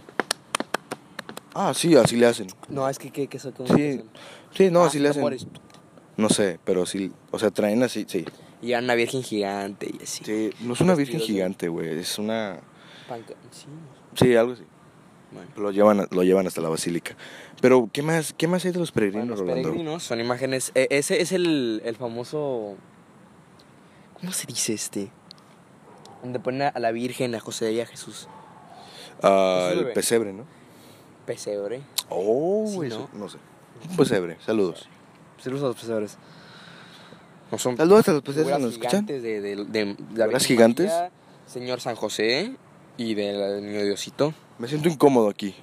S3: Ah, sí, así le hacen.
S2: No, es que, que, que son como... que
S3: Sí,
S2: son.
S3: sí, no,
S2: Ah,
S3: así le hacen.
S2: tambores.
S3: No sé, pero sí. O sea, traen así, sí.
S2: Y llevan una virgen gigante y así.
S3: Sí, no es una
S2: Los
S3: virgen
S2: tiros de-
S3: gigante, güey. Es una.
S2: Panca- sí.
S3: Sí, algo así.
S2: Bueno.
S3: Lo llevan, lo llevan hasta la basílica. Pero, ¿qué más, qué más hay de los
S2: Bueno,
S3: peregrinos,
S2: los
S3: Rolando?
S2: peregrinos son imágenes... eh, ese es el, el famoso... ¿Cómo se dice este? Donde ponen a la Virgen, a José y a Jesús.
S3: Ah,
S2: Jesús
S3: el
S2: bebé.
S3: pesebre, ¿no?
S2: Pesebre.
S3: Oh,
S2: Sí,
S3: eso,
S2: ¿no?
S3: ¿no? sé. Un pesebre, saludos.
S2: Saludos a los pesebres. No son
S3: Saludos a los pesebres,
S2: figuras
S3: ¿nos escuchan?
S2: gigantes de, de, de la Virgen
S3: ¿Figuras gigantes?
S2: María, Señor San José y del niño Diosito.
S3: Me siento incómodo aquí.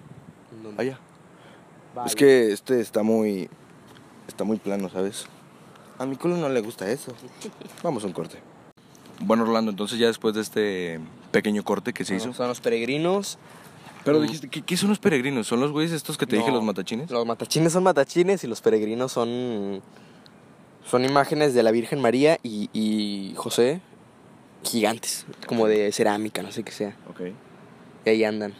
S3: Allá. Es que este está muy. Está muy plano, ¿sabes? A mi culo no le gusta eso. Vamos a un corte. Bueno, Rolando, entonces ya después de este pequeño corte que se hizo.
S2: Son los peregrinos.
S3: Pero dijiste, ¿qué, qué son los peregrinos? ¿Son los güeyes estos que te dije,
S2: No,
S3: los matachines?
S2: Los matachines son matachines y los peregrinos son. Son imágenes de la Virgen María y, y José gigantes, como de cerámica, no sé qué sea.
S3: Ok.
S2: Y ahí andan.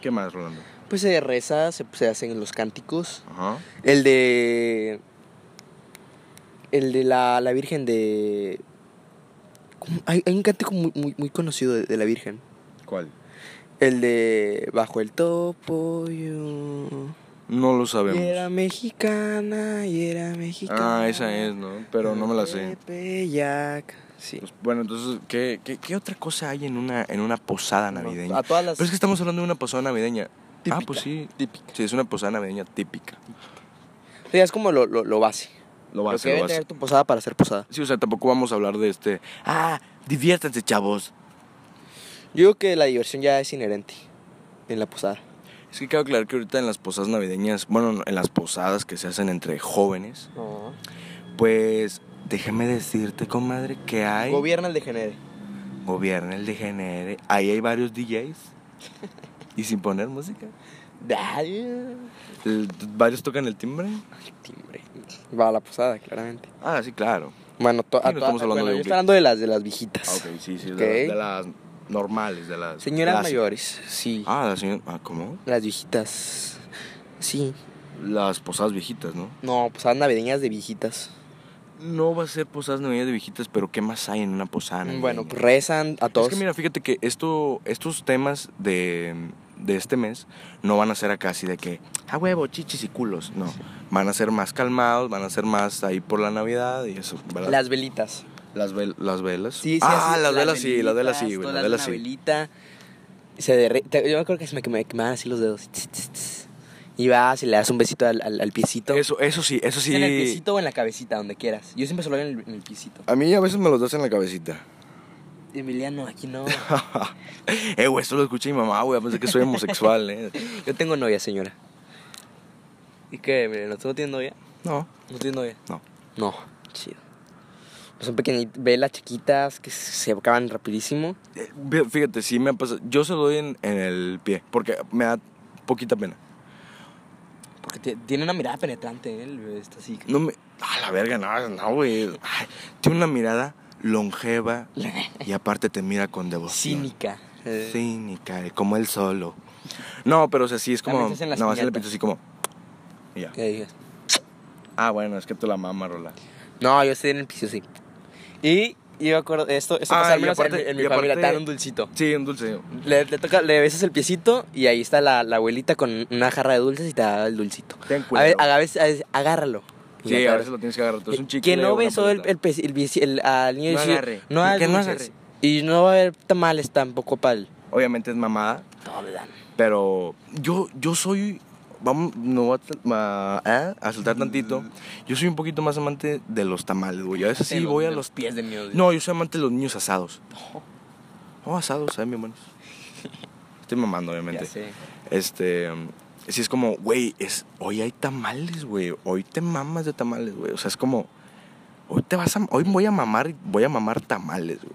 S3: ¿Qué más, Rolando?
S2: Pues se reza, se, se hacen los cánticos.
S3: Ajá.
S2: El de. El de la, la Virgen de. ¿cómo? Hay, hay un cántico muy, muy, muy conocido de, de la Virgen.
S3: ¿Cuál?
S2: El de. Bajo el topo. Yo...
S3: No lo
S2: Y
S3: sabemos.
S2: era mexicana, y era mexicana.
S3: Ah, esa es, ¿no? Pero no me la sé.
S2: Eh, Tepeyac. Sí.
S3: Pues, bueno, entonces, ¿qué, qué, qué otra cosa hay en una, en una posada navideña?
S2: A todas las.
S3: Pero es que estamos hablando de una posada navideña. Ah,
S2: Típica,
S3: pues sí. Sí, es una posada navideña típica.
S2: O sea, es como lo, lo, lo base.
S3: Lo
S2: Lo,
S3: va a
S2: que
S3: hacer,
S2: debe
S3: lo va a
S2: tener
S3: hacer.
S2: tu posada para ser posada.
S3: Sí, o sea, tampoco vamos a hablar de este. Ah, diviértanse, chavos.
S2: Yo digo que la diversión ya es inherente en la posada.
S3: Es que cabe aclarar que ahorita en las posadas navideñas, bueno, no, en las posadas que se hacen entre jóvenes, pues déjame decirte, comadre, que hay...
S2: Gobierna el degenere.
S3: Gobierna el degenere. Ahí hay varios DJs. y sin poner música.
S2: Dale.
S3: El- varios tocan el timbre.
S2: Timbre. Va a la posada, claramente.
S3: Ah, sí, claro.
S2: Bueno, to-
S3: Sí,
S2: a
S3: no
S2: to-
S3: estamos hablando
S2: bueno, yo
S3: de un
S2: estoy
S3: grupo.
S2: hablando de las de las viejitas.
S3: Ah, ok, sí, sí,
S2: Ok.
S3: De, las, de las normales, de las...
S2: Señoras
S3: clásicas.
S2: mayores, sí.
S3: Ah, las señor- ah, ¿cómo?
S2: Las viejitas. Sí.
S3: Las posadas viejitas, ¿no?
S2: No, posadas navideñas de viejitas.
S3: No va a ser posadas navideñas de viejitas, pero ¿qué más hay en una posada navideña?
S2: Bueno, pues rezan a todos.
S3: Ah, Es que mira, fíjate que esto, estos temas de, de este mes no van a ser acá así de que, ah, huevo, chichis y culos. No, van a ser más calmados, van a ser más ahí por la Navidad y eso, ¿verdad?
S2: Las velitas.
S3: Las, vel- las velas.
S2: Sí, sí,
S3: Ah,
S2: así,
S3: las velas sí, las velas sí, güey.
S2: todas
S3: Las velas
S2: una
S3: sí.
S2: velita. Se derrite. Yo me acuerdo que se me quem- me quemaban así los dedos. Tss, tss, tss. Y vas y le das un besito al, al- al piecito.
S3: Eso, eso sí, eso sí.
S2: En el piecito o en la cabecita, donde quieras. Yo siempre solo en el, en el piecito.
S3: A mí a veces me los das en la cabecita.
S2: Emiliano, aquí no.
S3: eh, güey, esto lo escuché mi mamá, güey. Pensé que soy homosexual, eh.
S2: Yo tengo novia, señora. ¿Y qué, Emiliano? ¿Tú no tienes novia?
S3: No,
S2: ¿No tienes novia?
S3: no.
S2: No. Chido. Son pequeñitas velas chiquitas que se acaban rapidísimo.
S3: Eh, fí- Fíjate, sí me ha pasado. Yo se lo doy en, en el pie, porque me da poquita pena.
S2: Porque te- tiene una mirada penetrante, ¿eh? El bebé está así.
S3: No me. Ah, la verga, no, no, güey. Ay, Tiene una mirada longeva y aparte te mira con devoción.
S2: Cínica. Eh,
S3: Cínica, eh, como él solo. No, pero o sea, sí, es como.
S2: También se hacen las
S3: No, se le
S2: piñatas.
S3: pinto así como. y ya.
S2: que digas,
S3: Ah, bueno, es que tú la mamas, Rola.
S2: No, yo estoy en el piso, sí. Y yo me acuerdo, esto, esto
S3: Ah,
S2: pasa al
S3: y
S2: menos
S3: aparte-
S2: en, mi- en
S3: y
S2: mi familia, te
S3: aparte-
S2: dan un dulcito.
S3: Sí, un dulce.
S2: Le, le toca, le besas el piecito y ahí está la, la abuelita con una jarra de dulces y te da el dulcito.
S3: Ten
S2: A ver,
S3: cuidado.
S2: a veces, a veces, agárralo. Y
S3: Sí,
S2: ya te
S3: a
S2: Eh,
S3: veces lo tienes que agarrar. Tú es un chicle.
S2: que no
S3: o una
S2: besó el,
S3: pelota.
S2: el, pie- el, pieci- el- al niño y
S3: No
S2: decir,
S3: agarre.
S2: No hagas
S3: Que no
S2: dulces".
S3: agarre.
S2: Y no va a haber tamales tampoco para el...
S3: Obviamente es mamada.
S2: No, le dan.
S3: Pero yo, yo soy. Vamos, no voy a, tra- ma- ¿eh? a saltar
S2: Mm.
S3: tantito. Yo soy un poquito más amante de los tamales, güey. A veces sí
S2: De
S3: voy a
S2: de
S3: los.
S2: pies de miedo.
S3: No, yo soy amante de los niños asados. No, asados, saben bien buenos. Estoy mamando,
S2: Ya
S3: obviamente.
S2: sé.
S3: Este. um, Sí, es como, güey, es, hoy hay tamales, güey. Hoy te mamas de tamales, güey. O sea, es como. Hoy te vas a. Hoy voy a mamar. Voy a mamar tamales, güey.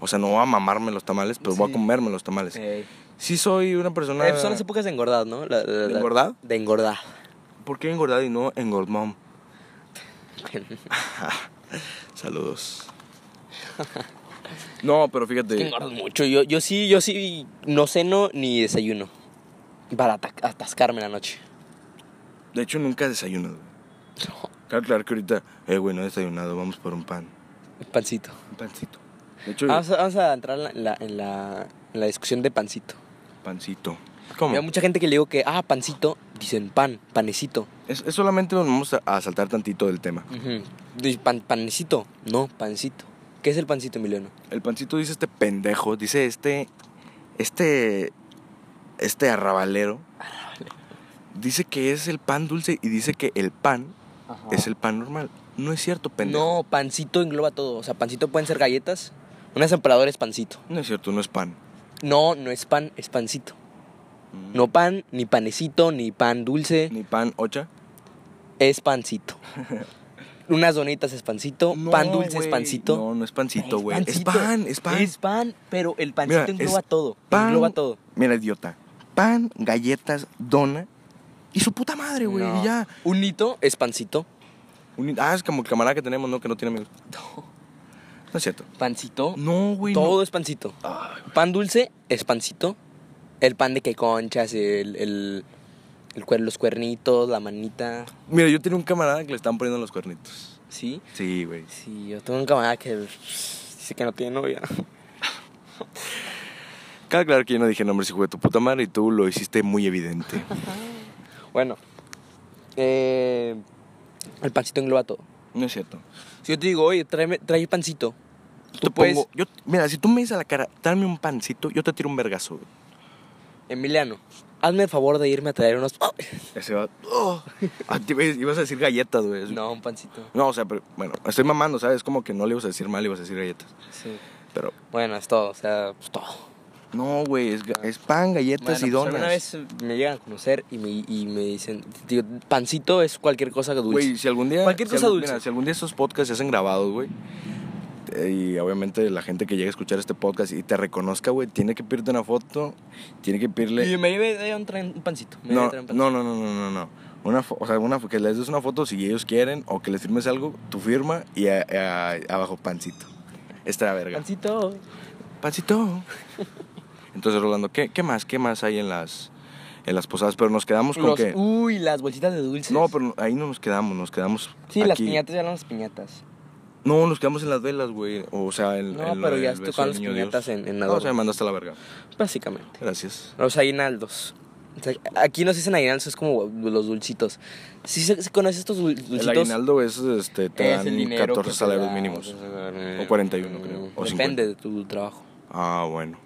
S3: O sea, no voy a mamarme los tamales, pero voy
S2: Sí.
S3: a comerme los tamales.
S2: Ey.
S3: Sí soy una persona...
S2: Eh, son las épocas de engordar, ¿no? La- la-
S3: ¿De
S2: la-
S3: engordar?
S2: De engordar.
S3: ¿Por qué engordar y no engordmom? Saludos. no, pero
S2: Que
S3: fíjate...
S2: engordo mucho. Yo, yo sí, yo sí no ceno ni desayuno. Para ata- atascarme la noche.
S3: De hecho, nunca desayuno. güey. Claro, claro que ahorita... Eh, güey, no he desayunado. Vamos por un pan.
S2: Pancito.
S3: Un pancito. Ah, De hecho,
S2: Vamos a, vamos a entrar en la, en la- en la- en la discusión de pancito.
S3: pancito. ¿Cómo?
S2: Hay mucha gente que le digo que, ah, pancito, dicen pan, panecito.
S3: Es, es solamente nos vamos a, a saltar tantito del tema.
S2: Ujú. Di- pan- panecito, no, pancito. ¿Qué es el pancito, Emiliano?
S3: El pancito dice este pendejo. Dice este... Este... Este arrabalero. Dice que es el pan dulce y dice que el pan es el pan normal. No es cierto, pendejo.
S2: No, pancito engloba todo. O sea, pancito pueden ser galletas. Un asamprador es pancito.
S3: No. es cierto, no es pan.
S2: No, no es pan, es pancito. No pan, ni panecito, ni pan dulce.
S3: Ni pan ocha.
S2: es pancito. Unas donitas es pancito, pan dulce es
S3: güey.
S2: pancito.
S3: No, no es pancito,
S2: Es
S3: güey. Es
S2: pancito.
S3: pan, es pan.
S2: Es pan, pero el pancito
S3: Mira,
S2: engloba
S3: es
S2: todo.
S3: pan-
S2: Engloba todo.
S3: Mira, idiota. Pan, galletas, dona y su puta madre, güey.
S2: No.
S3: y ya.
S2: Un hito es pancito.
S3: Un- ah, es como el camarada que tenemos, ¿no? Que no tiene amigos. No es cierto.
S2: Pancito.
S3: No, güey.
S2: todo
S3: no.
S2: es pancito. Pan dulce es pancito. El pan de que conchas, el, el, el cuer- los cuernitos, la manita.
S3: Mira, yo tenía un camarada que le están poniendo los cuernitos.
S2: ¿Sí?
S3: Sí, güey.
S2: Sí, yo tengo un camarada que dice que no tiene novia.
S3: Cabe aclarar que yo no dije nombres, hijo de tu puta madre, y tú lo hiciste muy evidente.
S2: Bueno. eh, el pancito engloba todo.
S3: no es cierto.
S2: Si yo te digo, oye, tráeme, trae pancito.
S3: Yo
S2: Tú
S3: te
S2: puedes,
S3: pongo- yo, mira, si tú me dices a la cara, dame un pancito, yo te tiro un vergazo. güey.
S2: Emiliano, hazme el favor de irme a traer unos...
S3: Ese va. ¡oh! Ah, te ibas- ibas a decir galletas, güey.
S2: No, un pancito.
S3: No, o sea, pero bueno, estoy mamando, ¿sabes? Como que no le ibas a decir mal, le ibas a decir galletas.
S2: Sí.
S3: Pero
S2: Bueno, es todo, o sea, pues, todo.
S3: No, güey, es, ga- es pan, galletas y donas.
S2: Una vez me llegan a conocer y me, y me dicen, digo, pancito es cualquier cosa dulce.
S3: Güey, si algún día.
S2: Cualquier
S3: si
S2: cosa
S3: algún-
S2: dulce.
S3: mira, si algún día estos podcasts se hacen grabados, güey. eh, Y obviamente la gente que llegue a escuchar este podcast y te reconozca, güey, tiene que pedirte una foto, tiene que pedirle.
S2: Y me iba a un, tren- un pancito. Me iba a
S3: No,
S2: traer un pancito.
S3: no, no, no, no, no, no. Una, fo- o sea, una, fo- que les des una foto si ellos quieren o que les firmes algo, tu firma y a- a- abajo pancito. Esta era verga.
S2: Pancito.
S3: Pancito. Entonces, Rolando, ¿qué, qué más? ¿Qué más hay en las, en las posadas? Pero nos quedamos con
S2: Los-
S3: que.
S2: Uy, las bolsitas de dulces.
S3: No, pero ahí no nos quedamos, nos quedamos.
S2: Sí, las
S3: aquí.
S2: piñatas ya eran las piñatas.
S3: No, nos quedamos en las velas, güey. O sea, en.
S2: No,
S3: en lo
S2: pero
S3: del
S2: ya se
S3: beso
S2: tocaban
S3: del
S2: las
S3: niño Dios.
S2: piñatas en- en
S3: No,
S2: adorno.
S3: o sea, me mandaste a la verga.
S2: Básicamente.
S3: Gracias.
S2: Los aguinaldos. O sea, aquí no se dicen aguinaldos, es como los dulcitos. Si se, se conoce estos dul- dulcitos.
S3: El aguinaldo es, este, te dan 14 salarios mínimos.
S2: O
S3: O 41, creo, o
S2: Depende de tu trabajo.
S3: Ah, bueno.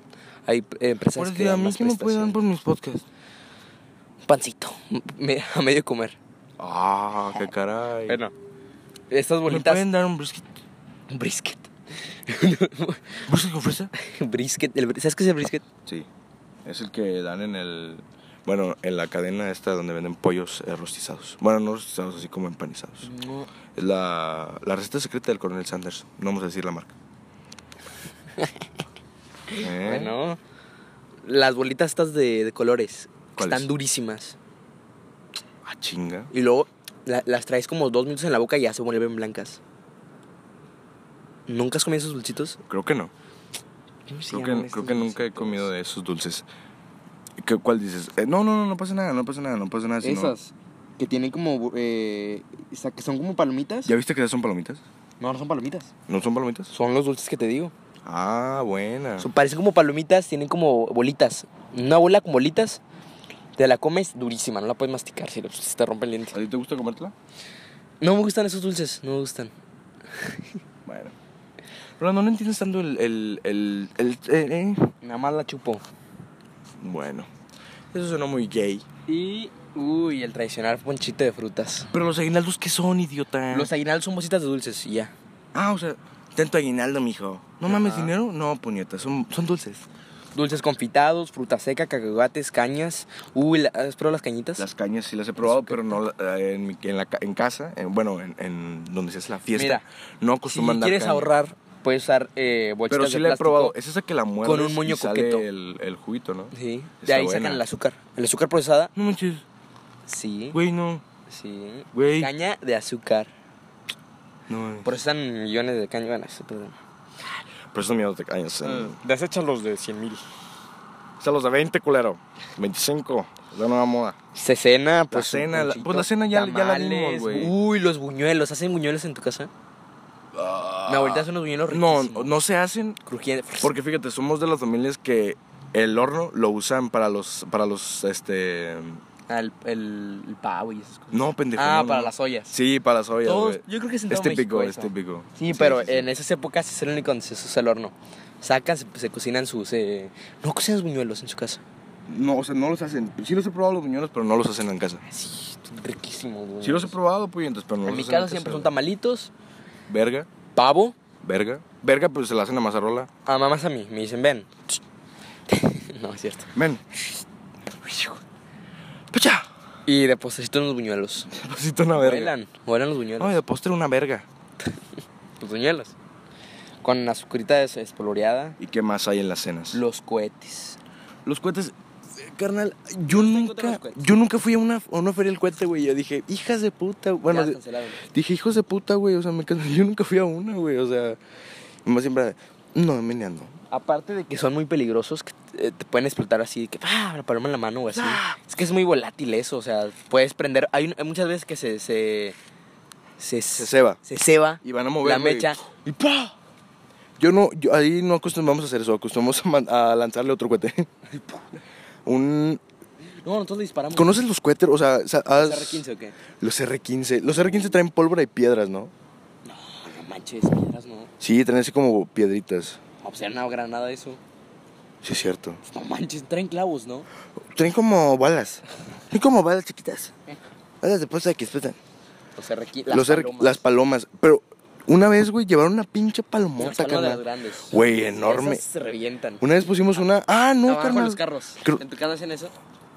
S2: Hay eh, empresas
S3: Por
S2: que
S3: eso, a
S2: dan
S3: mí
S2: más
S3: que me pueden dar por
S2: prestaciones.
S3: mis podcasts.
S2: Pancito, me- a medio comer.
S3: Ah, qué caray.
S2: Estas
S3: ¿Me
S2: bolitas.
S3: pueden dar un brisket?
S2: Un brisket.
S3: ¿Brisket con fresa?
S2: brisket. el br- ¿Sabes qué es el brisket?
S3: Sí. Es el que dan en el. Bueno, en la cadena esta donde venden pollos eh, rostizados. Bueno, no rostizados, así como empanizados. Es la, la receta secreta del coronel Sanders. No vamos a decir la marca. ¿Eh?
S2: Bueno. Las bolitas estas de, de colores. que
S3: ¿Cuáles?
S2: Están durísimas.
S3: Ah, chinga.
S2: Y luego la- las traes como dos minutos en la boca y ya se vuelven blancas. ¿Nunca has comido esos dulcitos?
S3: Creo que no.
S2: ¿Cómo se
S3: Creo
S2: llaman
S3: que, creo
S2: estos
S3: que nunca he
S2: dulcitos?
S3: comido de esos dulces. ¿Qué- ¿Cuál dices? Eh, no, no, no, no pasa nada, no pasa nada, no pasa
S2: Ah,
S3: nada. sino-
S2: Esas. Que tienen como. eh, o sea, que son como palomitas.
S3: ¿Ya viste que esas son palomitas?
S2: No, no son palomitas.
S3: ¿No son palomitas?
S2: Son los dulces que te digo.
S3: Ah, buena.
S2: So, parecen como palomitas, tienen como bolitas. Una bola con bolitas, te la comes durísima, no la puedes masticar, si no, pues, se te rompe el
S3: ¿A
S2: diente.
S3: ti te gusta comértela?
S2: No me gustan esos dulces, no me gustan.
S3: Bueno. Rolando, no entiendes tanto el... el, el, el- eh, eh?
S2: Nada más la chupo.
S3: Bueno. Eso suena muy gay.
S2: Y, uy, el tradicional ponchito de frutas.
S3: Pero los aguinaldos, ¿qué son, idiota?
S2: Los aguinaldos son bolsitas de dulces y ya.
S3: Ah, o sea, tanto aguinaldo, mijo. ¿No mames dinero? No, puñeta, son, son dulces.
S2: Dulces confitados, fruta seca, cacahuates, cañas. Uy, la, ¿has probado las cañitas?
S3: Las cañas sí las he probado, pero no la- eh, en, mi- en la ca- en casa, en- bueno, en, en donde se hace la fiesta.
S2: Mira,
S3: no
S2: si
S3: acostumbran dar
S2: quieres
S3: caña.
S2: ahorrar, puedes usar eh, bolsitas
S3: Pero
S2: de
S3: sí la he
S2: plástico.
S3: probado. Es esa que la muerdes
S2: un moño
S3: y sale
S2: coqueto.
S3: el, el juguito, ¿no?
S2: Sí, de
S3: Está
S2: ahí
S3: buena.
S2: sacan el azúcar. El azúcar procesada,
S3: No manches,
S2: sí.
S3: güey, no.
S2: Sí.
S3: Güey.
S2: Caña de azúcar.
S3: No eh. mames.
S2: Por eso están millones de cañas. Bueno, eso, perdón.
S3: Por eso miedo te cañas. en-
S4: Desechan los de 100 mil.
S3: Está los de 20, culero. 25. Es la nueva moda.
S2: Se cena,
S3: La
S2: pues.
S3: cena,
S2: un
S3: la-
S2: ponchito,
S3: pues la cena ya- ya la vimos,
S2: tamales,
S3: güey.
S2: Uy, los buñuelos. ¿Hacen buñuelos en tu casa? Mi abuelita hace unos buñuelos
S3: Ah. No,
S2: riquísimos.
S3: no se hacen
S2: Crujientes.
S3: porque fíjate, somos de las familias que el horno lo usan para los para los este
S2: Ah, el, el, el pavo y esas cosas.
S3: no, pendejo.
S2: ah,
S3: no,
S2: para
S3: no.
S2: las ollas.
S3: Sí, para las ollas.
S2: Todos-
S3: güey.
S2: yo creo que es en
S3: es
S2: todo
S3: típico,
S2: México
S3: es
S2: eso.
S3: típico.
S2: Sí, pero
S3: sí, sí.
S2: en esas épocas es el único donde se usa el horno. Sacan, se, se cocinan sus. eh, No cocinas buñuelos en su casa.
S3: No, o sea, no los hacen. Sí los he probado los buñuelos, pero no los hacen en casa.
S2: Sí, riquísimos, güey.
S3: Sí los he probado, puñetas, pero no
S2: En
S3: los
S2: mi
S3: hacen
S2: casa siempre son tamalitos,
S3: Verga,
S2: pavo.
S3: verga. Verga, pues se la hacen a Mazarola.
S2: A mamás a mí, me dicen, ven. no, es cierto.
S3: Ven. ¡Pacha!
S2: Y de postrecito unos buñuelos.
S3: Pasito una verga.
S2: Vuelan, vuelan los
S3: No, y
S2: buñuelos.
S3: de postre una verga.
S2: Los buñuelos. Con azucarita des- espolvoreada.
S3: ¿Y qué más hay en las cenas?
S2: Los cohetes.
S3: Los cohetes. eh, Carnal, yo
S2: contra
S3: nunca,
S2: los cohetes.
S3: yo nunca fui a una, a una feria del cohete, güey. Yo dije, hijas de puta. Bueno,
S2: Ya
S3: di-
S2: cancelaron.
S3: dije, hijos de puta, güey. O sea, me canso- yo nunca fui a una, güey. O sea, nomás siempre, no, meneando.
S2: Aparte de que son muy peligrosos, que eh, te pueden explotar así, que ¡pah! la paloma en la mano o así.
S3: Ah.
S2: Es que es muy volátil eso, o sea, puedes prender. Hay, un- hay muchas veces que se. Se, se,
S3: Se ceba.
S2: se ceba
S3: Y van a mover,
S2: la
S3: güey.
S2: mecha.
S3: Y ¡pa! Yo no, yo- ahí no acostumbramos a hacer eso, acostumbramos a, man- a lanzarle otro cohete. Un,
S2: No, nosotros le disparamos.
S3: ¿Conoces los cohetes? O sea, sa- has-
S2: ¿Los R15 o qué?
S3: los R15. Los R15 traen pólvora y piedras, ¿no?
S2: Ah, no manches, piedras, no.
S3: Sí, traen así como piedritas.
S2: No, pues era una granada eso. Pues
S3: Sí, es cierto.
S2: No manches, traen clavos, ¿no?
S3: Traen como balas. Traen como balas
S2: Eh.
S3: chiquitas. Balas de posta que explotan.
S2: Los R15.
S3: los R- las er-, palomas. Pero Una vez, güey, llevaron una pinche palomota,
S2: Son de las
S3: carnal.
S2: grandes.
S3: Güey, enorme.
S2: Esas se revientan.
S3: Una vez pusimos una. Ah, no,
S2: Abajo
S3: carnal.
S2: los carros.
S3: Creo-
S2: ¿En tu casa hacen eso?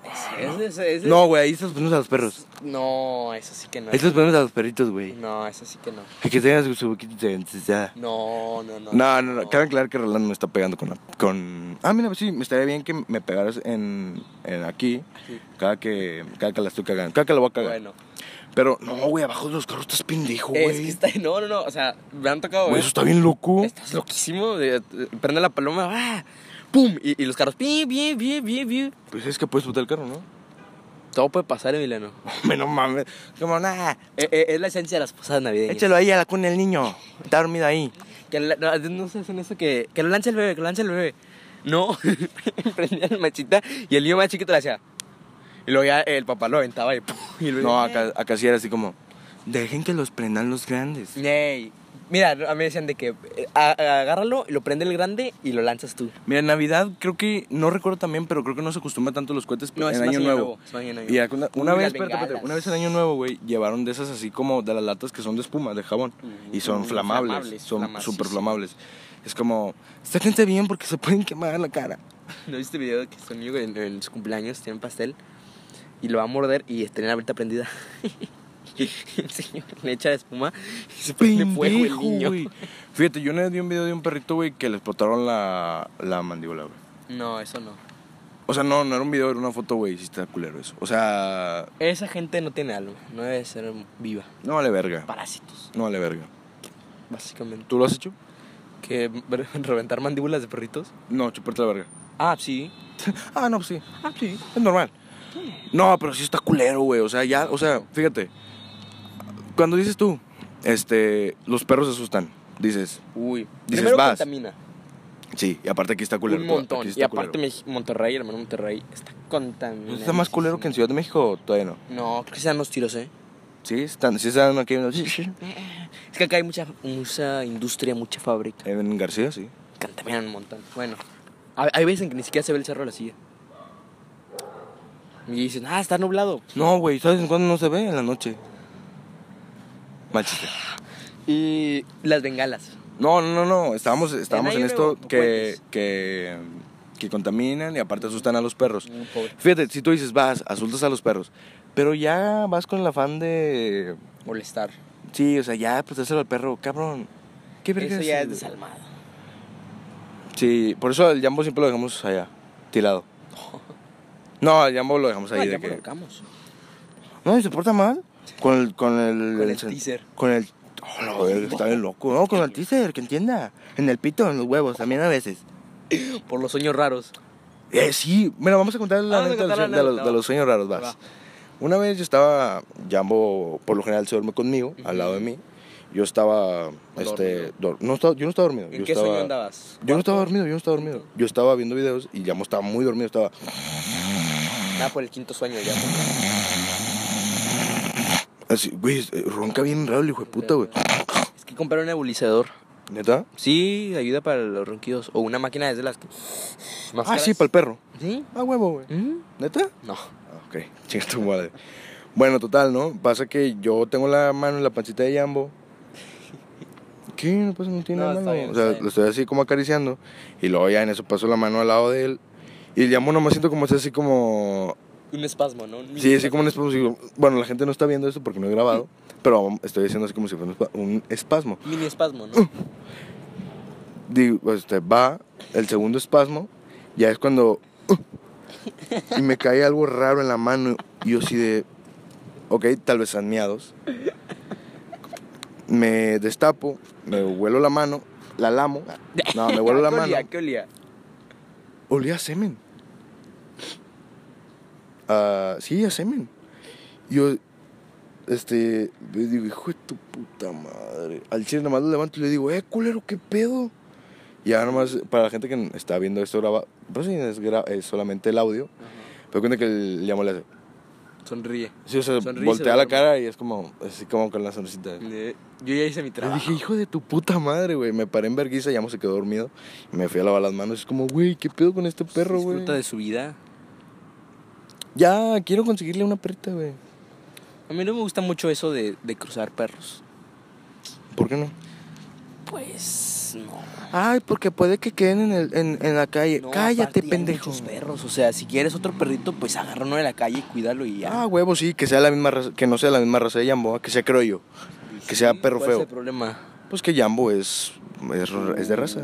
S2: Es- es- es- es-
S3: No, güey, ahí se los pusimos a los perros.
S2: No, eso sí que no.
S3: Ahí se los pusimos a los perritos, güey.
S2: No, eso sí que no.
S3: Que tengan su, su boquita dentizada.
S2: No, no, no.
S3: No, no, no. Cabe aclarar que Rolando me está pegando con, la- con... Ah, mira, sí, me estaría bien que me pegaras en, en aquí.
S2: Aquí.
S3: Cada que, cada que la estoy cagando. Cada que la voy a cagar.
S2: Bueno,
S3: Pero, no, güey, abajo de los carros estás pendejo, güey.
S2: es que está. ¿eh? No, no, no. O sea, me han tocado.
S3: Güey,
S2: ver-
S3: eso está bien loco.
S2: Estás loquísimo. de- de- prende la paloma. ¡ah! ¡Pum! Y, y los carros. ¡Pi, pi, pi, pi, pi!
S3: Pues es que puedes botar el carro, ¿no?
S2: Todo puede pasar, Emiliano.
S3: Hombre, no mames. Como, nada,
S2: Eh, eh, es la esencia de las posadas navideñas.
S3: échalo ahí a la cuna del niño. Está dormido ahí.
S2: Que la- no, no se hacen eso que. Que lo lance el bebé, que lo lance el bebé. No. Prendía el machita y el niño más chiquito le hacía. Y luego ya el papá lo aventaba y ¡pum! Y el bebé,
S3: No, acá, acá sí era así como... Dejen que los prendan los grandes.
S2: Ey. Mira, a mí me decían de que eh, a- agárralo, lo prende el grande y lo lanzas tú.
S3: Mira, en Navidad creo que... No recuerdo también, pero creo que no se acostumbra tanto los cohetes
S2: No, es
S3: en
S2: más
S3: Año
S2: en Año
S3: Nuevo.
S2: Nuevo, es más en Año Nuevo.
S3: Y una,
S2: Uy,
S3: una vez,
S2: las
S3: espérate, espérate,
S2: bengalas.
S3: una vez en Año Nuevo, güey, llevaron de esas así como de las latas que son de espuma, de jabón. Y son
S2: Mm,
S3: flamables,
S2: flamables,
S3: son
S2: flamas, sí,
S3: súper
S2: sí.
S3: flamables. Es como, sáquense bien porque se pueden quemar la cara.
S2: ¿No viste el video de que su amigo en, en su cumpleaños tiene un pastel y lo va a morder y tiene la velita prendida? Y el señor le echa espuma y se prende fuego el
S3: Pendejo,
S2: niño.
S3: güey. Fíjate, yo una vez vi un video de un perrito, güey, que le explotaron la, la mandíbula, güey.
S2: No, eso no.
S3: O sea, no, no era un video, era una foto, güey, sí está culero eso. O sea,
S2: Esa gente no tiene alma, no debe ser viva.
S3: no vale verga,
S2: Parásitos,
S3: no vale verga.
S2: básicamente.
S3: ¿Tú lo has hecho?
S2: ¿Que re- reventar mandíbulas de perritos?
S3: No, chuparte la verga.
S2: Ah, sí.
S3: Ah, no, pues sí.
S2: Ah, sí.
S3: Es normal. No, pero sí está culero, güey. O sea, ya, o sea, fíjate. Cuando dices tú, este, los perros se asustan. Dices,
S2: Uy.
S3: Dices,
S2: Primero
S3: vas.
S2: contamina
S3: sí, y aparte aquí está culero.
S2: un
S3: Aquí
S2: montón.
S3: está
S2: Y aparte
S3: culero. Pues
S2: Mex- Monterrey, hermano Monterrey, está contaminado.
S3: ¿Está más culero que en Ciudad de México? Todavía no.
S2: No, creo que se dan los tiros, ¿eh?
S3: Sí, están, sí están aquí en-
S2: Es que acá hay mucha, mucha industria, mucha fábrica.
S3: en García, sí.
S2: Contaminan un montón. Bueno, a- hay veces en que ni siquiera se ve el cerro de la silla. Y dicen, ah, está nublado.
S3: No, güey, ¿sabes en cuándo no se ve? En la noche. Mal chiste.
S2: Y las bengalas.
S3: No, no, no, no. Estábamos, estábamos
S2: ahí
S3: en
S2: me
S3: esto
S2: voy,
S3: que,
S2: cohetes.
S3: que, que contaminan y aparte asustan a los perros.
S2: Mm, pobre.
S3: Fíjate, si tú dices, vas, asustas a los perros, pero ya vas con el afán de...
S2: Molestar.
S3: Sí, o sea, ya, pues dáselo al perro, cabrón. ¿Qué verga
S2: Eso ya es
S3: el-
S2: desalmado.
S3: Sí, por eso el jambo siempre lo dejamos allá, tirado. No, el jambo lo dejamos ahí.
S2: Ah,
S3: de
S2: ya
S3: que-
S2: colocamos.
S3: No, y se porta mal. Con el. Con el,
S2: Con el teaser.
S3: Con el. Oh, la verga, está bien loco. No, con el teaser, que entienda. En el pito, en los huevos, también a veces.
S2: Por los sueños raros.
S3: Eh, sí, mira, vamos a contar la
S2: Vamos a
S3: neta de los,
S2: contar la
S3: de los-
S2: anécdota,
S3: de los
S2: va.
S3: sueños raros, vas.
S2: Va.
S3: Una vez yo estaba, Jambo por lo general se duerme conmigo, al lado de mí. Yo estaba, este, dor- no estaba, yo no estaba dormido.
S2: ¿En
S3: yo
S2: qué
S3: estaba-
S2: sueño andabas?
S3: Yo no estaba dormido, yo no estaba dormido. Yo estaba viendo videos y Jambo estaba muy dormido, estaba...
S2: Nada Ah, por el quinto sueño ya.
S3: Así, güey, eh, ronca bien raro el hijo de puta, güey.
S2: Es que comprar un nebulizador.
S3: ¿Neta?
S2: Sí, ayuda para los ronquidos. O una máquina de las que.
S3: Ah,
S2: máscaras.
S3: sí, para el perro.
S2: ¿Sí?
S3: Ah, huevo, güey.
S2: ¿Mm?
S3: ¿Neta?
S2: No.
S3: Ah, Ok, chinga tu madre. Bueno, total, ¿no? Pasa que yo tengo la mano en la pancita de Jambo. ¿Qué? No pasa, no tiene
S2: No,
S3: nada
S2: está
S3: malo.
S2: bien,
S3: O sea,
S2: está bien.
S3: lo estoy así como acariciando. Y luego ya en eso paso la mano al lado de él. Y el Jambo nomás siento como está así como.
S2: Un espasmo, ¿no? Un
S3: Sí, así como un espasmo. así como- Bueno, la gente no está viendo esto porque no he grabado. Pero estoy haciendo así como si fuera un espa- un espasmo.
S2: Mini espasmo, ¿no?
S3: Digo, este, va el segundo espasmo. Ya es cuando. y me cae algo raro en la mano. Y yo así de. Ok, tal vez sean miados. Me destapo, me huelo la mano, la lamo. No, me huelo la
S2: ¿Qué
S3: mano.
S2: olía? ¿Qué olía?
S3: Olía a semen. Ah, sí, a semen. Yo, este, le digo, hijo de tu puta madre. Al chile nomás lo levanto y le digo, eh, culero, qué pedo. Y ahora nomás, para la gente que está viendo esto graba, pues sí, es, gra- es solamente el audio. Pero cuenta que el llamo le hace.
S2: Sonríe.
S3: Sí, o sea,
S2: Sonríe, se
S3: voltea
S2: ve
S3: la
S2: normal.
S3: cara y es como, así como con la sonrisita.
S2: Eh, Yo ya hice mi
S3: Le
S2: trabajo.
S3: dije, hijo de tu puta madre, güey. Me paré en vergüenza, ya se quedó dormido. Y me fui a lavar las manos. Es como, güey, ¿qué pedo con este perro, güey?
S2: Disfruta de su vida.
S3: Ya, quiero conseguirle una perrita, güey.
S2: A mí no me gusta mucho eso de, de cruzar perros.
S3: ¿Por qué no?
S2: pues no.
S3: Ay, porque puede que queden en, el, en, en la calle.
S2: No, aparte,
S3: Cállate,
S2: hay
S3: pendejo.
S2: muchos perros, o sea, si quieres otro perrito, pues agarra uno de la calle y cuídalo y ya.
S3: Ah, huevo, sí, que sea la misma raza- que no sea la misma raza de Yambo, ah, que sea criollo, que sea perro
S2: ¿Cuál es
S3: feo.
S2: el problema?
S3: Pues que Yambo es, es, es de raza.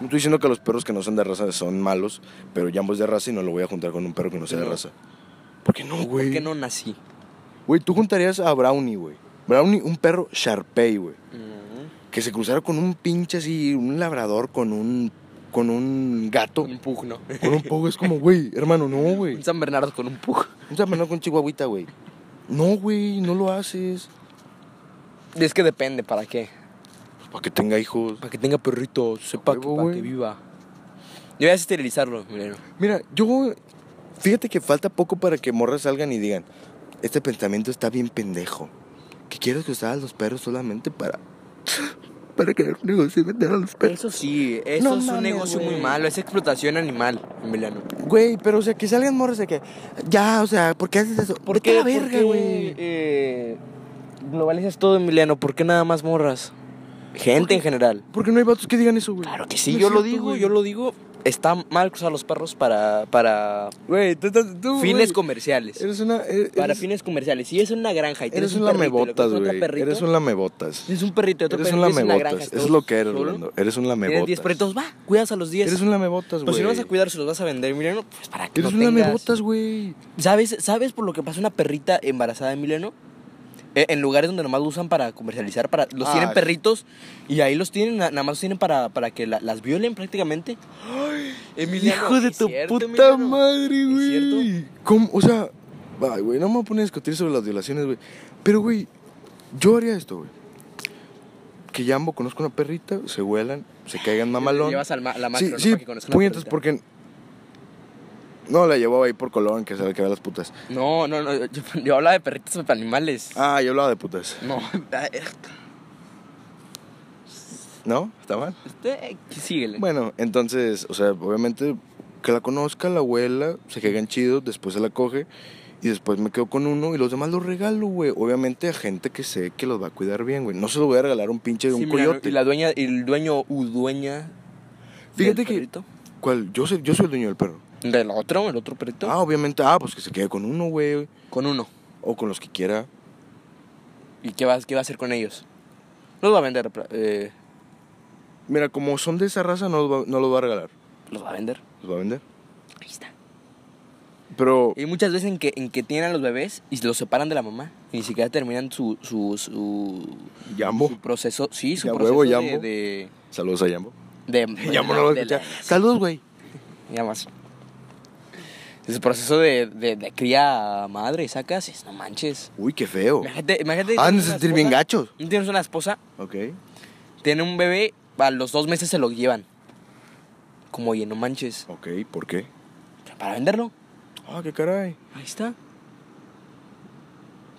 S3: No estoy diciendo que los perros que no son de raza son malos, pero Yambo es de raza y no lo voy a juntar con un perro que no sea de
S2: No.
S3: raza. ¿Por qué no,
S2: ¿Por
S3: güey?
S2: qué no nací?
S3: Güey, tú juntarías a Brownie, güey. Brownie, un perro Sharpei, güey. Que se cruzara con un pinche así, un labrador con un, con un gato.
S2: Un pug, ¿no?
S3: Con un poco es como, güey, hermano, no, güey.
S2: Un San Bernardo con un pug.
S3: Un zapanón con chihuahuita, güey. No, güey, no lo haces.
S2: Es que depende, ¿para qué?
S3: Pues para que tenga hijos.
S2: Para que tenga perritos, sepa que,
S3: huevo,
S2: para
S3: güey.
S2: que viva. Yo voy a esterilizarlo, Mileno.
S3: Mira, yo. Fíjate que falta poco para que morras salgan y digan: Este pensamiento está bien pendejo. Que quieres que usar a los perros solamente para. Para crear un negocio y vender a los perros.
S2: Eso sí, eso
S3: No
S2: es un
S3: mames,
S2: negocio muy
S3: güey.
S2: malo, es explotación animal, Emiliano.
S3: Güey, pero o sea, que salgan morras de que. Ya, o sea, ¿por qué haces eso? ¿Por qué la verga, güey?
S2: eh, globalizas todo, Emiliano, ¿por qué nada más morras? Gente en general.
S3: Porque no hay vatos que digan eso, güey.
S2: Claro que sí,
S3: No es
S2: yo lo
S3: cierto,
S2: digo,
S3: güey.
S2: yo lo digo. Está mal cruzar los perros para, para
S3: Güey, tú, tú- tú,
S2: fines
S3: güey,
S2: comerciales.
S3: Eres una. e-, Eres,
S2: para fines comerciales. Si es una granja y tienes
S3: Eres
S2: un,
S3: un
S2: perrito, y le
S3: lamebotas,
S2: compras otra
S3: güey.
S2: perrito,
S3: Eres un lamebotas.
S2: Tienes un perrito y otro
S3: Eres
S2: perrito.
S3: un
S2: vives en la granja,
S3: lamebotas. Eso es
S2: todos
S3: lo que eres,
S2: solo.
S3: Rolando. Eres un
S2: Tienes
S3: lamebotas.
S2: 10 perritos, va, cuidas a los 10.
S3: Eres un lamebotas, güey.
S2: Pues si no vas a cuidar, se los vas a vender, Emiliano, pues para que
S3: Eres
S2: no
S3: un
S2: tengas-
S3: lamebotas, güey.
S2: ¿Sabes, ¿Sabes por lo que pasa una perrita embarazada, Emiliano? Eh, en lugares donde nomás lo usan para comercializar, para los
S3: Ah,
S2: tienen
S3: sí.
S2: perritos y ahí los tienen, na- nada más los tienen para, para que la- las violen prácticamente. Emiliano,
S3: Hijo de
S2: ¿es
S3: tu
S2: cierto,
S3: puta
S2: Emiliano?
S3: madre,
S2: ¿Es
S3: güey.
S2: cierto?
S3: ¿Cómo? O sea, ay, güey, no me voy a poner a discutir sobre las violaciones, güey. Pero, güey, yo haría esto, güey. Que Yambo conozca una perrita, se huelan, se caigan mamalón.
S2: Llevas al ma- la macro,
S3: sí,
S2: ¿no?
S3: sí,
S2: Para que conozcan a la
S3: puñetas,
S2: perrita.
S3: porque... No, la llevaba ahí por Colón, que es el que ve las putas.
S2: No, no, no, yo, yo hablaba de perritos para animales.
S3: Ah, yo hablaba de putas.
S2: No,
S3: ¿No? ¿Está mal?
S2: este, síguele.
S3: Bueno, entonces, o sea, obviamente que la conozca, la abuela, se caigan chidos, después se la coge y después me quedo con uno y los demás los regalo, güey. Obviamente a gente que sé que los va a cuidar bien, güey. No se lo voy a regalar a un pinche de un
S2: Sí, Emiliano,
S3: coyote.
S2: y la dueña, y el dueño u dueña.
S3: Fíjate
S2: del
S3: que-
S2: perrito.
S3: ¿Cuál? Yo soy, yo soy el dueño del perro.
S2: Del otro, el otro perrito.
S3: Ah, obviamente, ah, pues que se quede con uno, güey.
S2: Con uno.
S3: O con los que quiera.
S2: ¿Y qué va, qué va a hacer con ellos? Los va a vender. eh,
S3: Mira, como son de esa raza, no los va, no los va a regalar.
S2: los va a vender.
S3: Los va a vender.
S2: Ahí está.
S3: Pero,
S2: Y muchas veces en que, en que tienen a los bebés y los separan de la mamá. Y ni siquiera terminan su, su, su,
S3: Yambo.
S2: su proceso. Sí, su
S3: Ya
S2: proceso
S3: huevo,
S2: de,
S3: Yambo.
S2: de,
S3: Saludos a Yambo.
S2: de-
S3: Yambo no lo va a
S2: de la-
S3: escuchar. Saludos, güey.
S2: Ya más. Ese proceso de, de, de cría a madre, sacas, dices, no manches.
S3: Uy, qué feo.
S2: Imagínate, imagínate.
S3: Ah, no
S2: tienes
S3: se
S2: una
S3: sentir bien
S2: esposa-
S3: gachos.
S2: No tienes una esposa,
S3: Ok.
S2: tiene un bebé, a los dos meses se lo llevan. Como, oye, no manches.
S3: Ok, ¿por qué?
S2: Para venderlo.
S3: Ah, qué caray.
S2: Ahí está.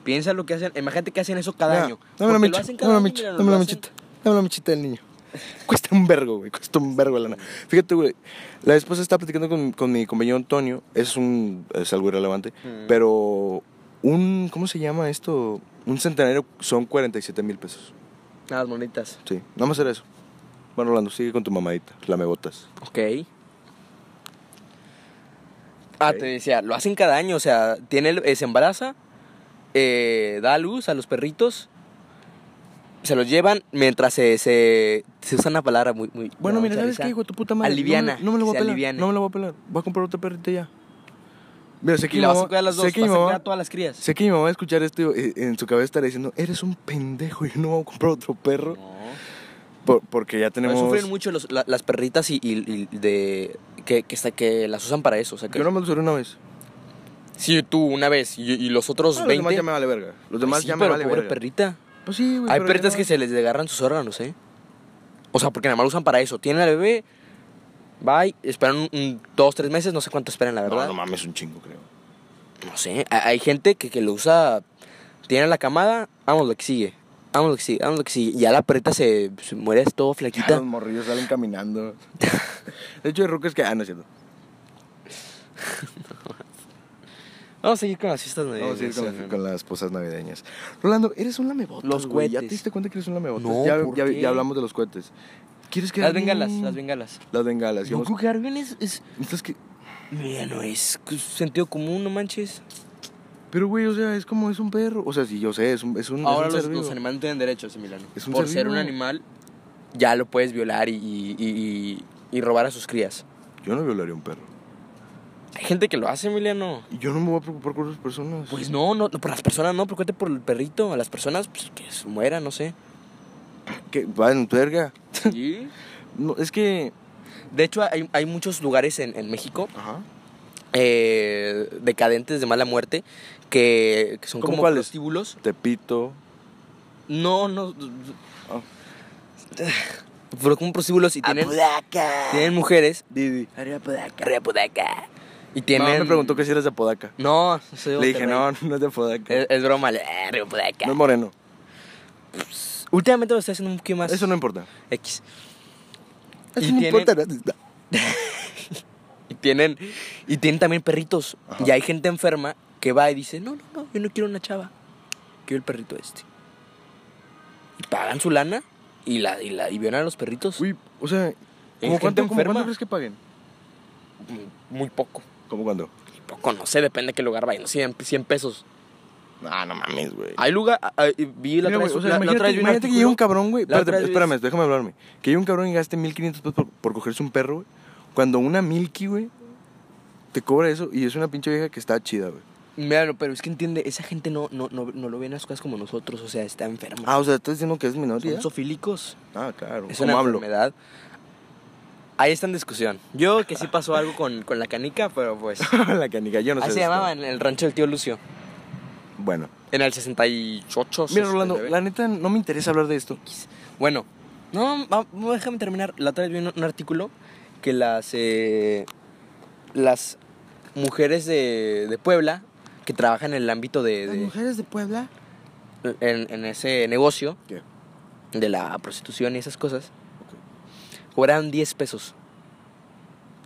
S2: Piensa lo que hacen. Imagínate que hacen eso cada
S3: Mira,
S2: año.
S3: Dame
S2: Porque
S3: la
S2: lo
S3: micha,
S2: hacen cada
S3: dame la
S2: año,
S3: micha,
S2: mira,
S3: dame
S2: lo
S3: la
S2: hacen.
S3: michita, dame la michita del niño. Cuesta un vergo, güey, cuesta un vergo la lana. Fíjate, güey, la esposa estaba platicando con, con mi compañero Antonio, es, un, es algo irrelevante,
S2: Mm.
S3: pero un, ¿cómo se llama esto? Un centenario son 47 mil pesos,
S2: Ah, Las bonitas.
S3: sí, nada más era eso. Bueno, Orlando, sigue con tu mamadita, la me botas.
S2: Ok. Ah, te decía, lo hacen cada año. O sea, tiene, el- eh, se embaraza, eh, da a luz a los perritos. Se los llevan mientras se, se, se usa una palabra muy... muy
S3: Bueno,
S2: no,
S3: mira, ¿sabes
S2: charizada.
S3: qué, hijo de tu puta madre?
S2: Aliviana.
S3: No me, no me lo voy
S2: se
S3: a pelar,
S2: aliviana.
S3: no me lo voy a pelar, voy a comprar otra perrita ya. Mira, sé que
S2: Y
S3: mi
S2: la vas a
S3: mamá-
S2: cuidar a las
S3: sé
S2: dos, vas
S3: que mi
S2: a cuidar
S3: mamá-
S2: a todas las crías.
S3: Sé que mi mamá va a escuchar esto y eh, en su cabeza estará diciendo, eres un pendejo, yo no voy a comprar otro perro.
S2: No.
S3: Por- porque ya
S2: Pero
S3: tenemos...
S2: Sufren mucho los- la- las perritas y, y- y de que, que, está- que las usan para eso. O sea, que
S3: Yo no me lo usaré una vez.
S2: Sí, tú una vez y, y los otros
S3: Ah, los
S2: 20.
S3: demás ya me vale verga. Los demás
S2: Sí,
S3: ya me
S2: pero
S3: vale
S2: pobre
S3: verga.
S2: perrita.
S3: Pues sí, güey,
S2: Hay
S3: pero ya
S2: perritas
S3: no.
S2: que se les desgarran sus órganos, ¿eh? O sea, porque nada más lo usan para eso. Tienen al bebé, bye, esperan un, un- dos, tres meses, no sé cuánto esperan, la
S3: No,
S2: verdad. No,
S3: no mames, un chingo, creo.
S2: sé, ha- hay gente que, que lo usa, tiene la camada, vamos lo que sigue. Vamos lo que sigue, vamos lo que sigue. Y Ya la perrita se, se muere todo
S3: Ya
S2: flaquita.
S3: los morrillos salen caminando. de hecho, hay rucas que... Ah, no es cierto.
S2: Vamos a seguir con las fiestas navideñas.
S3: Vamos a ir con,
S2: ¿no?
S3: las- con las posas navideñas. Rolando, eres un lamebotas.
S2: Los
S3: güey. ¿Ya te
S2: cohetes.
S3: diste cuenta que eres un lamebotas?
S2: No,
S3: ya,
S2: ¿por
S3: ya-
S2: qué?
S3: ya hablamos de los cohetes. ¿Quieres que
S2: Las
S3: hable?
S2: bengalas, las bengalas.
S3: Las bengalas.
S2: No,
S3: Hemos-
S2: creo que Argen es, es...
S3: Entonces, ¿qué?
S2: Mira, no es es sentido común, no manches.
S3: Pero, güey, o sea, es como es un perro. O sea, sí, yo sé, es un, es un, es
S2: Ahora
S3: un
S2: los,
S3: ser
S2: los
S3: vivo.
S2: animales no tienen derechos, Emiliano.
S3: Es un
S2: Por
S3: ser
S2: ser un
S3: vivo.
S2: animal, ya lo puedes violar y, y- y- y- y robar a sus crías.
S3: Yo no violaría a un perro.
S2: Hay gente que lo hace, Emiliano.
S3: Y Yo no me voy a preocupar por otras personas.
S2: Pues no, no, no, por las personas no, preocúpate por el perrito. A las personas, pues que se muera, no sé.
S3: Que van, verga.
S2: Sí.
S3: No, es que.
S2: De hecho, hay, hay muchos lugares en, en México
S3: Ajá.
S2: eh, decadentes de mala muerte que, que son
S3: ¿Cómo
S2: como
S3: cuáles?
S2: prostíbulos.
S3: Tepito.
S2: No, no.
S3: Ah.
S2: Pero como prostíbulos y tienen, tienen mujeres.
S3: Didi.
S2: Arriba Podaca. Arriba Podaca. Y
S3: No,
S2: tienen.
S3: me preguntó que si eres de Apodaca.
S2: No, soy de
S3: Le dije, no,
S2: Monterrey.
S3: no es de Apodaca.
S2: Es, es broma. le- "Ah, Arriba Podaca.
S3: no es moreno.
S2: Últimamente lo estoy haciendo un poquito más.
S3: Eso no importa.
S2: X.
S3: Eso
S2: Y
S3: no
S2: tienen-
S3: importa. ¿no?
S2: Y tienen, y tienen también perritos.
S3: Ajá.
S2: Y hay gente enferma que va y dice, no, no, no, yo no quiero una chava. Quiero el perrito este. Y pagan su lana y la, y la y violan a los perritos.
S3: Uy, o sea, ¿cómo
S2: gente
S3: cuánto, ¿cómo
S2: enferma.
S3: cuánto crees que paguen?
S2: Muy, Mm, muy poco.
S3: ¿Cómo cuánto?
S2: Poco, no sé, depende de qué lugar vayan. 100, 100 pesos.
S3: Ah, no mames, güey.
S2: Hay lugar, ah, ah, vi la otra
S3: Mira, güey,
S2: vez-
S3: o
S2: la-
S3: sea,
S2: la
S3: imagínate,
S2: otra vez vi un
S3: imagínate que llegue
S2: artículo.
S3: un cabrón, güey.
S2: La otra
S3: Espérate,
S2: vez vi-
S3: espérame, déjame hablarme. Que llegue un cabrón y gaste 1500 pesos por, por cogerse un perro, güey. Cuando una Milky, güey, te cobra eso y es una pinche vieja que está chida, güey.
S2: Mira, no, pero es que entiende, esa gente no, no, no, no lo ve en las cosas como nosotros, o sea, está enferma.
S3: Ah, o sea, estás diciendo que es minoría.
S2: Son sofílicos.
S3: Ah, claro.
S2: Es
S3: ¿Cómo
S2: una
S3: hablo?
S2: enfermedad. Ahí está en discusión. Yo que sí pasó algo con, con la canica, pero pues.
S3: La canica, yo no sé.
S2: Así
S3: de
S2: se
S3: esto.
S2: llamaba en el rancho del tío Lucio.
S3: Bueno.
S2: En el 68.
S3: Mira, Rolando,
S2: 69.
S3: la neta no me interesa hablar de esto.
S2: Bueno, no, va- no, déjame terminar. La otra vez vi un, un artículo que las. eh, las mujeres de, de Puebla que trabajan en el ámbito de. de-
S3: de Puebla?
S2: en, en ese negocio
S3: ¿Qué?
S2: de la prostitución y esas cosas cobraron 10 pesos.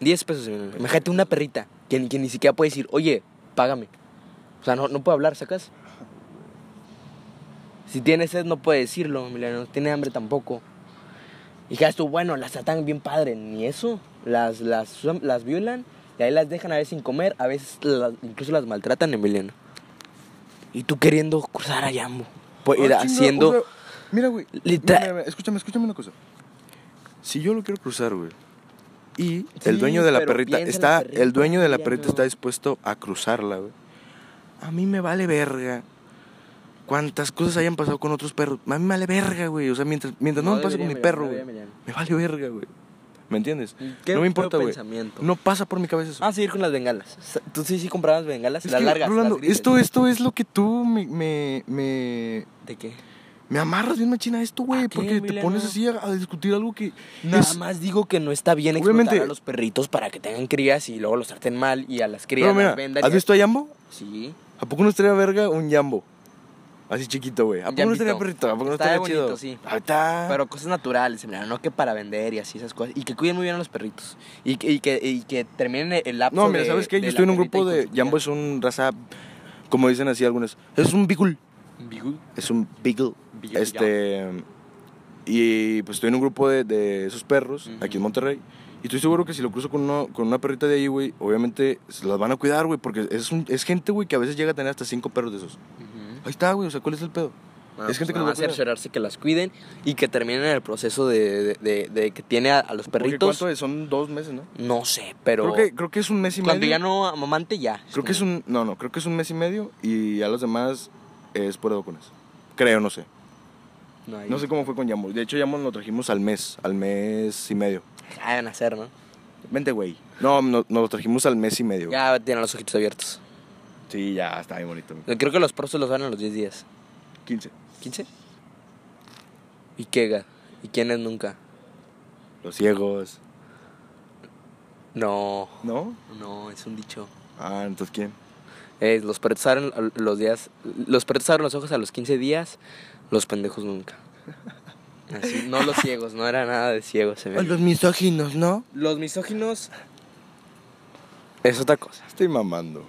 S2: 10 pesos. señor. Imagínate una perrita que, que ni siquiera puede decir, oye, págame. O sea, no, no puede hablar, ¿sacas? Si tiene sed, no puede decirlo, Emiliano. Tiene hambre tampoco. Y dijeras tú, bueno, las tratan bien padre. Ni eso. Las, las, las violan y ahí las dejan a veces sin comer. A veces las- incluso las maltratan, Emiliano. Y tú queriendo cruzar a Yambo. Pues, ir
S3: Ah, chinga,
S2: haciendo...
S3: o sea, mira, güey.
S2: Literal-
S3: mira, mira, mira, escúchame, escúchame una cosa. Si yo lo quiero cruzar, güey. Y
S2: Sí,
S3: el dueño de la
S2: pero
S3: perrita
S2: piensa en
S3: está.
S2: la perrita,
S3: el dueño de la
S2: ya
S3: perrita
S2: no.
S3: está dispuesto a cruzarla, güey. A mí me vale verga. Cuántas cosas hayan pasado con otros perros. A mí me vale verga, güey. O sea, mientras, mientras no, me pase con mi perro, güey. Me vale verga, güey. ¿Me entiendes?
S2: ¿Qué
S3: no me importa,
S2: feo
S3: güey.
S2: pensamiento?
S3: No pasa por mi cabeza eso.
S2: Ah, seguir con las bengalas. O sea, Tú sí, sí comprabas bengalas,
S3: Es
S2: las
S3: que,
S2: largas.
S3: Rolando,
S2: las grises.
S3: esto, esto es lo que tú me, me, me,
S2: ¿De qué?
S3: me amarras bien machina a esto,
S2: ¿A
S3: güey.
S2: qué,
S3: Porque te
S2: Emiliano?
S3: pones así a, a discutir algo que.
S2: Nada
S3: es-
S2: más digo que no está bien
S3: Obviamente-
S2: explotar a los perritos para que tengan crías y luego los traten mal y a las crías
S3: Pero mira,
S2: las vendan.
S3: ¿has
S2: y-
S3: visto a Yambo?
S2: Sí.
S3: ¿A poco no estaría verga un Yambo? Así chiquito, güey. ¿A poco no
S2: Yambito.
S3: estaría perrito? ¿A poco no
S2: Estaría
S3: estaría chido?
S2: bonito, sí.
S3: Ahí está.
S2: Pero cosas naturales, mira, no que para vender y así esas cosas. Y que cuiden muy bien a los perritos. Y que, y que, y que terminen el lapso
S3: no, mira,
S2: de-
S3: ¿sabes qué? Yo
S2: de
S3: estoy en
S2: la
S3: un grupo
S2: perrita y
S3: de. Yambo es un raza. Como dicen así algunas. Es un bigul.
S2: con- Beagle.
S3: Es un beagle.
S2: Beagle,
S3: este. Y pues estoy en un grupo de, de esos perros
S2: Ujú.
S3: aquí en Monterrey. Y estoy seguro que si lo cruzo con, uno- con una perrita de ahí, güey, obviamente se las van a cuidar, güey, porque es, un- es gente, güey, que a veces llega a tener hasta cinco perros de esos. Ahí está, güey, o sea, ¿cuál es el pedo?
S2: Bueno,
S3: es
S2: pues
S3: gente
S2: nada
S3: que los va a
S2: más
S3: cuidar.
S2: cerciorarse que las cuiden y que terminen el proceso de, de- de- de que tiene a, a los
S3: Porque
S2: perritos.
S3: ¿Cuánto es? Son dos meses, ¿no?
S2: No sé, pero.
S3: Creo, que, creo que es un mes y
S2: Cuando
S3: medio.
S2: ya no amamante, ya.
S3: Creo que es
S2: como-
S3: un. No, no, creo que es un mes y medio y a los demás es por vacunas. Creo, no sé.
S2: No, hay...
S3: No sé cómo fue con Yamo. De hecho, Yamo lo trajimos al mes, al mes y medio.
S2: Ya van a hacer, ¿no?
S3: Vente, güey. No, no, nos lo trajimos al mes y medio. güey.
S2: Ya tienen los ojitos abiertos.
S3: Sí, ya, está bien bonito.
S2: Creo que los pros los van a los 10 días.
S3: 15.
S2: ¿15? ¿Y Kega? ¿Y quiénes nunca?
S3: Los ciegos.
S2: No.
S3: ¿No?
S2: No, es un dicho.
S3: Ah, entonces ¿quién?
S2: Eh, los perritos abren a los días. Los perritos abren los ojos a los 15 días. Los pendejos nunca. Así, no los ciegos, no era nada de ciegos. se me-
S3: misóginos, ¿no?
S2: Los misóginos. Es otra cosa.
S3: Estoy mamando.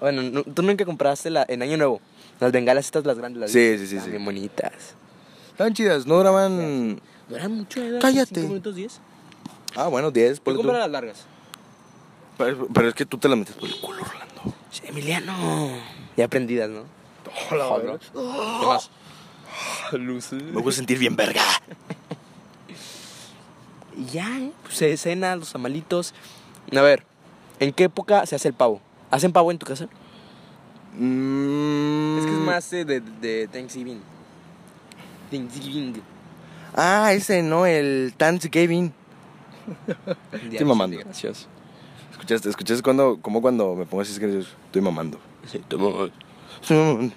S2: Bueno, nu- tú nunca compraste la, en Año Nuevo. Las bengalas estas, las grandes. Las
S3: Sí,
S2: de-
S3: sí, sí,
S2: están
S3: sí.
S2: Bien bonitas.
S3: Estaban chidas, no duraban.
S2: Duran mucho, ¿eh?
S3: Cállate.
S2: ¿Cinco minutos diez?
S3: Ah, bueno, 10.
S2: Yo
S3: ponle tú.
S2: compré las largas.
S3: Pero, pero es que tú te la metes por el culo, Orlando.
S2: Sí, Emiliano. Ya aprendidas, ¿no?
S3: Hola,
S2: Ah,
S3: Me voy a sentir bien verga.
S2: Y ya, ¿eh? Pues se cena, los tamalitos. A ver, ¿en qué época se hace el pavo? ¿Hacen pavo en tu casa?
S3: Mm.
S2: Es que es más eh, de, de Thanksgiving. Thanksgiving.
S3: Ah, ese no, el Thanksgiving. Estoy mamando.
S2: Gracias.
S3: ¿Escuchaste? ¿Escuchaste cuando, como cuando me pongo así? Es que estoy mamando. Estoy mamando.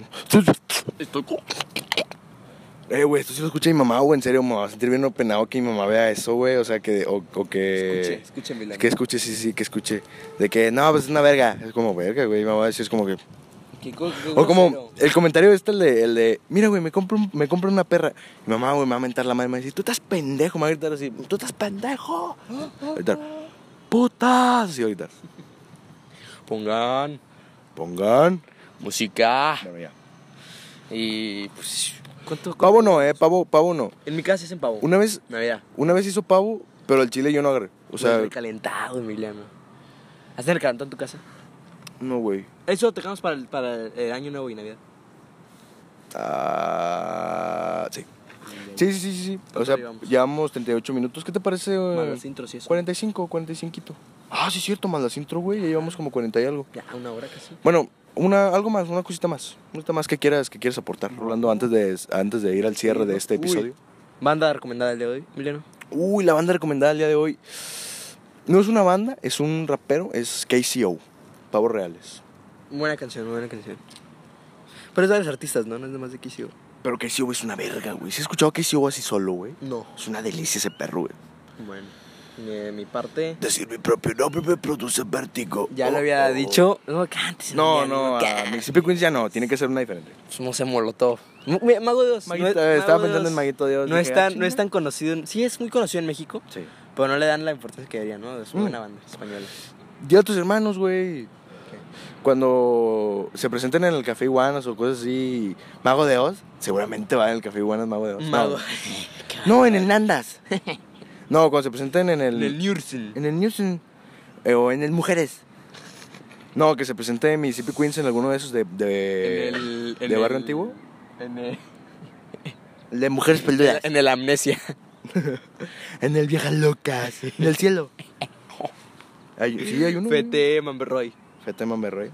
S3: Eh, güey, esto sí lo escucha mi mamá, güey. En serio, me va a sentir bien penado que mi mamá vea eso, güey. O sea, que. O, o que.
S2: Escuche, escuche, Emiliano.
S3: Eh, Que escuche, sí, sí, que escuche. De que, no, pues es una verga. Es como verga, güey. Mi mamá va a decir, es como que.
S2: ¿Qué co- qué
S3: O como
S2: grosero.
S3: el comentario este, el de, el de mira, güey, me compro, un- me compro una perra. Mi mamá, güey, me va a mentar la madre, me va a decir, tú estás pendejo, me va a gritar así, tú estás pendejo. Ahorita, putas, y ahorita,
S2: Pongan
S3: pongan.
S2: música.
S3: Bueno, ya.
S2: Y pues. ¿Cuánto?
S3: Pavo no, eh, pavo, pavo no.
S2: En mi casa hacen pavo.
S3: Una vez,
S2: Navidad.
S3: una vez hizo pavo, pero el chile yo no agarré. O sea,
S2: recalentado, Emiliano. ¿Hacen recalentado en tu casa?
S3: no, güey.
S2: Eso lo tocamos para el, para el- el año nuevo y Navidad.
S3: Eh, Ah, sí. Sí, sí, sí, sí. O
S2: ¿Cuánto
S3: sea,
S2: llevamos?
S3: llevamos 38 minutos. ¿Qué te parece? eh,
S2: Más las intros y eso.
S3: 45, 45. Ah, sí, es cierto, más las intro, güey. Ya llevamos como 40 y algo.
S2: Ya, una hora casi.
S3: Bueno, una, algo más, una cosita más. Una cosita más que quieras, que quieras aportar, Rolando, antes de, antes de ir al cierre de este
S2: Uy.
S3: episodio.
S2: Banda recomendada el de hoy, Emiliano.
S3: Uy, la banda recomendada el día de hoy. No es una banda, es un rapero, es KCO, Pavos Reales.
S2: Buena canción, buena canción. Pero es de los artistas, ¿no? No es nomás de Kishio.
S3: Pero KCO es una verga, güey. ¿Se ha escuchado KCO así solo, güey?
S2: No.
S3: Es una delicia ese perro, güey.
S2: Bueno, de mi parte.
S3: Decir mi propio nombre me produce vértigo. Oh,
S2: Ya lo había dicho. No, que antes.
S3: No,
S2: Emiliano,
S3: no,
S2: que
S3: a
S2: antes.
S3: Mississippi Queens ya no, tiene que ser una diferente.
S2: Pues No sé, Molotov. M- mira, Mago Dios.
S3: Maguito,
S2: no es-
S3: estaba
S2: Mago
S3: pensando en Maguito Dios,
S2: No
S3: dije,
S2: es,
S3: ah,
S2: tan,
S3: chinga.
S2: no es tan conocido. en- Sí, es muy conocido en México,
S3: Sí.
S2: pero no le dan la importancia que debería, ¿no? Es una
S3: Mm.
S2: buena banda española.
S3: Dile a tus hermanos, güey. Cuando se presenten en el Café Iguanas o cosas así, Mago de Oz, seguramente va en el Café Iguanas Mago de Oz.
S2: Mago.
S3: No, no, en el Nandas. No, cuando se presenten en el.
S2: Nielsen.
S3: En el Newsen. eh, o en el Mujeres. No, que se presente en Mississippi Queens en alguno de esos de. de, Eh, de Barrio Antiguo.
S2: En el,
S3: El de Mujeres Peludas.
S2: en el Amnesia.
S3: En el Viejas Locas. En el cielo. Hay- sí, hay uno. güey.
S2: Fete Mamberroy.
S3: Fete Mamberrey.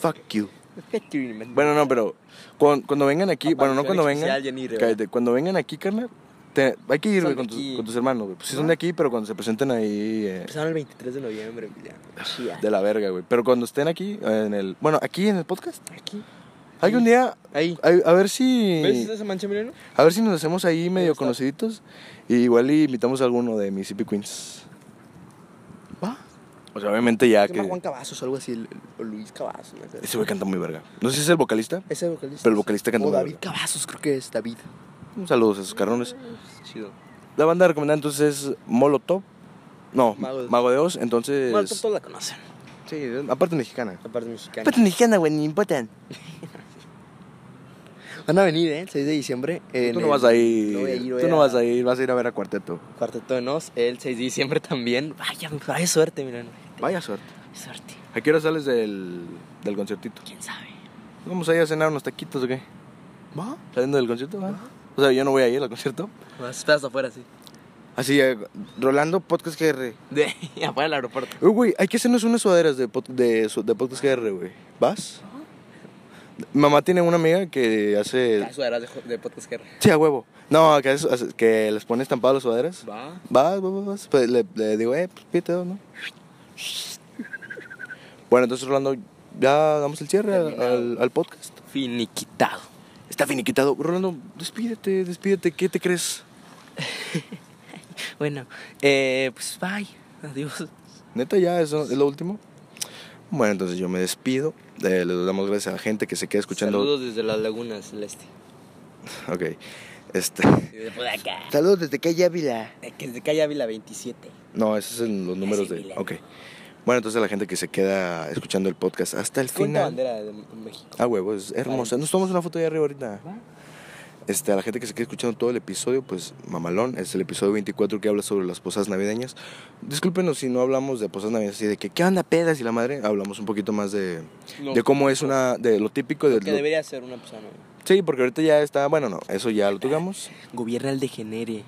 S3: Fuck you.
S2: Fete Mamberroy.
S3: Bueno, no, pero cuan- cuando vengan aquí,
S2: Aparición
S3: bueno, no cuando vengan,
S2: especial, Jenny Rivera.
S3: cállate, cuando vengan aquí, carnal, te- hay que ir
S2: Son
S3: güey, con,
S2: de
S3: tus,
S2: aquí.
S3: con tus hermanos, güey. Pues si son de aquí, pero cuando se presenten ahí, eh,
S2: Empezaron el 23 de noviembre, Emiliano. Chía.
S3: de la verga, güey. Pero cuando estén aquí, eh, en el, bueno, aquí en el podcast,
S2: Aquí.
S3: hay un día,
S2: Ahí.
S3: a, a ver si,
S2: ¿Ves esa mancha, Emiliano?
S3: a ver si nos hacemos ahí
S2: Ahí
S3: medio
S2: está.
S3: conociditos y igual y invitamos a alguno de Mississippi Queens.
S2: Va.
S3: O sea, obviamente ya
S2: Se llama
S3: Ah, que
S2: Juan Cavazos o algo así, el- el- o Luis Cavazos. ¿no? Ese
S3: ese güey canta muy verga. No sé si es el vocalista.
S2: es el vocalista.
S3: Pero el vocalista canta
S2: O
S3: muy
S2: David
S3: verga.
S2: Cavazos, creo que es David.
S3: Un saludo a esos carrones.
S2: Chido.
S3: La banda recomendada entonces es Molotov. No,
S2: Mago de-
S3: Mago de Oz, entonces.
S2: Bueno, todos la conocen.
S3: Sí, aparte mexicana.
S2: Aparte mexicana.
S3: Aparte mexicana, güey, ni importan.
S2: Van a venir, ¿eh? El 6 de diciembre. en
S3: Tú no
S2: el-
S3: vas a ir.
S2: No voy a ir,
S3: tú
S2: voy
S3: no
S2: a-
S3: vas a ir, vas a ir a ver a cuarteto.
S2: Cuarteto de Nos, el 6 de diciembre también. Vaya, vaya suerte, Emiliano.
S3: Vaya suerte.
S2: Vaya suerte.
S3: ¿A qué hora sales del, del conciertito?
S2: ¿Quién sabe?
S3: Vamos a ir a cenar unos taquitos o qué.
S2: ¿Va?
S3: Saliendo del concierto, ¿va? O sea, yo no voy a ir al concierto.
S2: Vas, esperas afuera, sí.
S3: Así, eh, Rolando Podcast GR.
S2: De, afuera del aeropuerto.
S3: Uy, güey, hay que hacernos unas sudaderas de, pod- de, su- de Podcast GR, güey. ¿Vas? Mamá tiene una amiga que hace.
S2: Las sudaderas de, de Podcast Guerra.
S3: Sí, a huevo. No, que, haces- haces- que les pones estampado las sudaderas.
S2: pues, Va.
S3: Vas, vas, vas, vas. Pues le, le digo, eh, pues pídete dos, ¿no? Bueno, entonces, Rolando, ya damos el cierre al, al- al podcast.
S2: Finiquitado.
S3: Está finiquitado. Rolando, despídete, despídete. ¿Qué te crees?
S2: Bueno, eh, pues bye. Adiós.
S3: Neta, ya, eso es lo último. Bueno, entonces yo me despido. Eh, le damos gracias a la gente que se queda escuchando.
S2: Saludos desde las lagunas, este. Celeste.
S3: Ok. Este.
S2: Y de por acá.
S3: Saludos desde Calle Ávila.
S2: Que desde calle Ávila 27.
S3: No, esos son los números
S2: Así,
S3: de.
S2: Milena.
S3: Ok. Bueno, entonces la gente que se queda escuchando el podcast hasta el
S2: Con la
S3: final.
S2: bandera de México.
S3: Ah, huevo, es hermosa. Nos tomamos una foto ahí arriba ahorita. Este, a la gente que se quede escuchando todo el episodio, pues mamalón, es el episodio 24 que habla sobre las posadas navideñas. Discúlpenos si no hablamos de posadas navideñas y de que qué onda pedas y la madre, hablamos un poquito más de, de cómo es una de lo típico de
S2: Que
S3: lo-
S2: debería ser una persona.
S3: Sí, porque ahorita ya está, bueno, no, eso ya lo tocamos.
S2: Gobierna el degenere.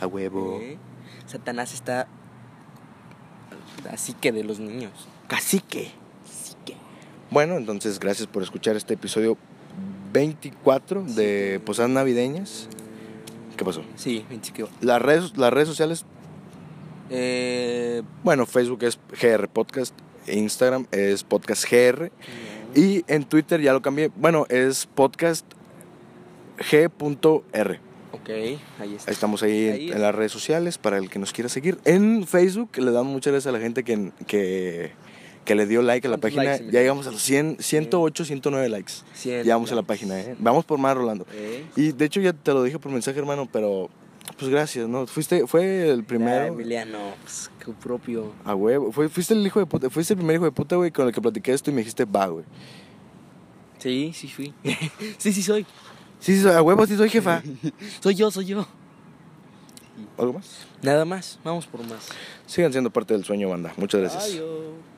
S3: A huevo.
S2: ¿Eh? Satanás está así que de los niños. Cacique. Cacique.
S3: Bueno, entonces gracias por escuchar este episodio 24 de Posadas Navideñas. ¿Qué pasó?
S2: Sí, 25.
S3: Las redes, las redes sociales,
S2: Eh,
S3: bueno, Facebook es GR Podcast, Instagram es Podcast GR y en Twitter ya lo cambié. Bueno, es Podcast G.R.
S2: ok, ahí está.
S3: Estamos ahí, en-
S2: Ahí.
S3: en las redes sociales para el que nos quiera seguir. En Facebook le damos muchas gracias a la gente que, que, que le dio like a la
S2: ¿Cuántos
S3: página.
S2: likes, mi
S3: ya
S2: Ricardo?
S3: llegamos a los 100, 108, 109 likes.
S2: Cien
S3: Ya vamos a la
S2: likes.
S3: página, ¿eh? Vamos por más, Rolando.
S2: Eh,
S3: Y de hecho ya te lo dije por mensaje, hermano, pero pues gracias, ¿no? Fuiste, fue el
S2: ah,
S3: primero.
S2: Emiliano, pues, qué propio.
S3: A huevo. Fue- fuiste el hijo de puta, fuiste el primer hijo de puta, güey, con el que platiqué esto y me dijiste, va, güey.
S2: Sí, sí fui. sí, sí soy.
S3: Sí, sí, soy- a huevo, sí soy jefa.
S2: Soy yo, soy yo.
S3: ¿Algo más?
S2: Nada más, vamos por más.
S3: Sigan siendo parte del sueño, banda. Muchas gracias.
S2: Adiós.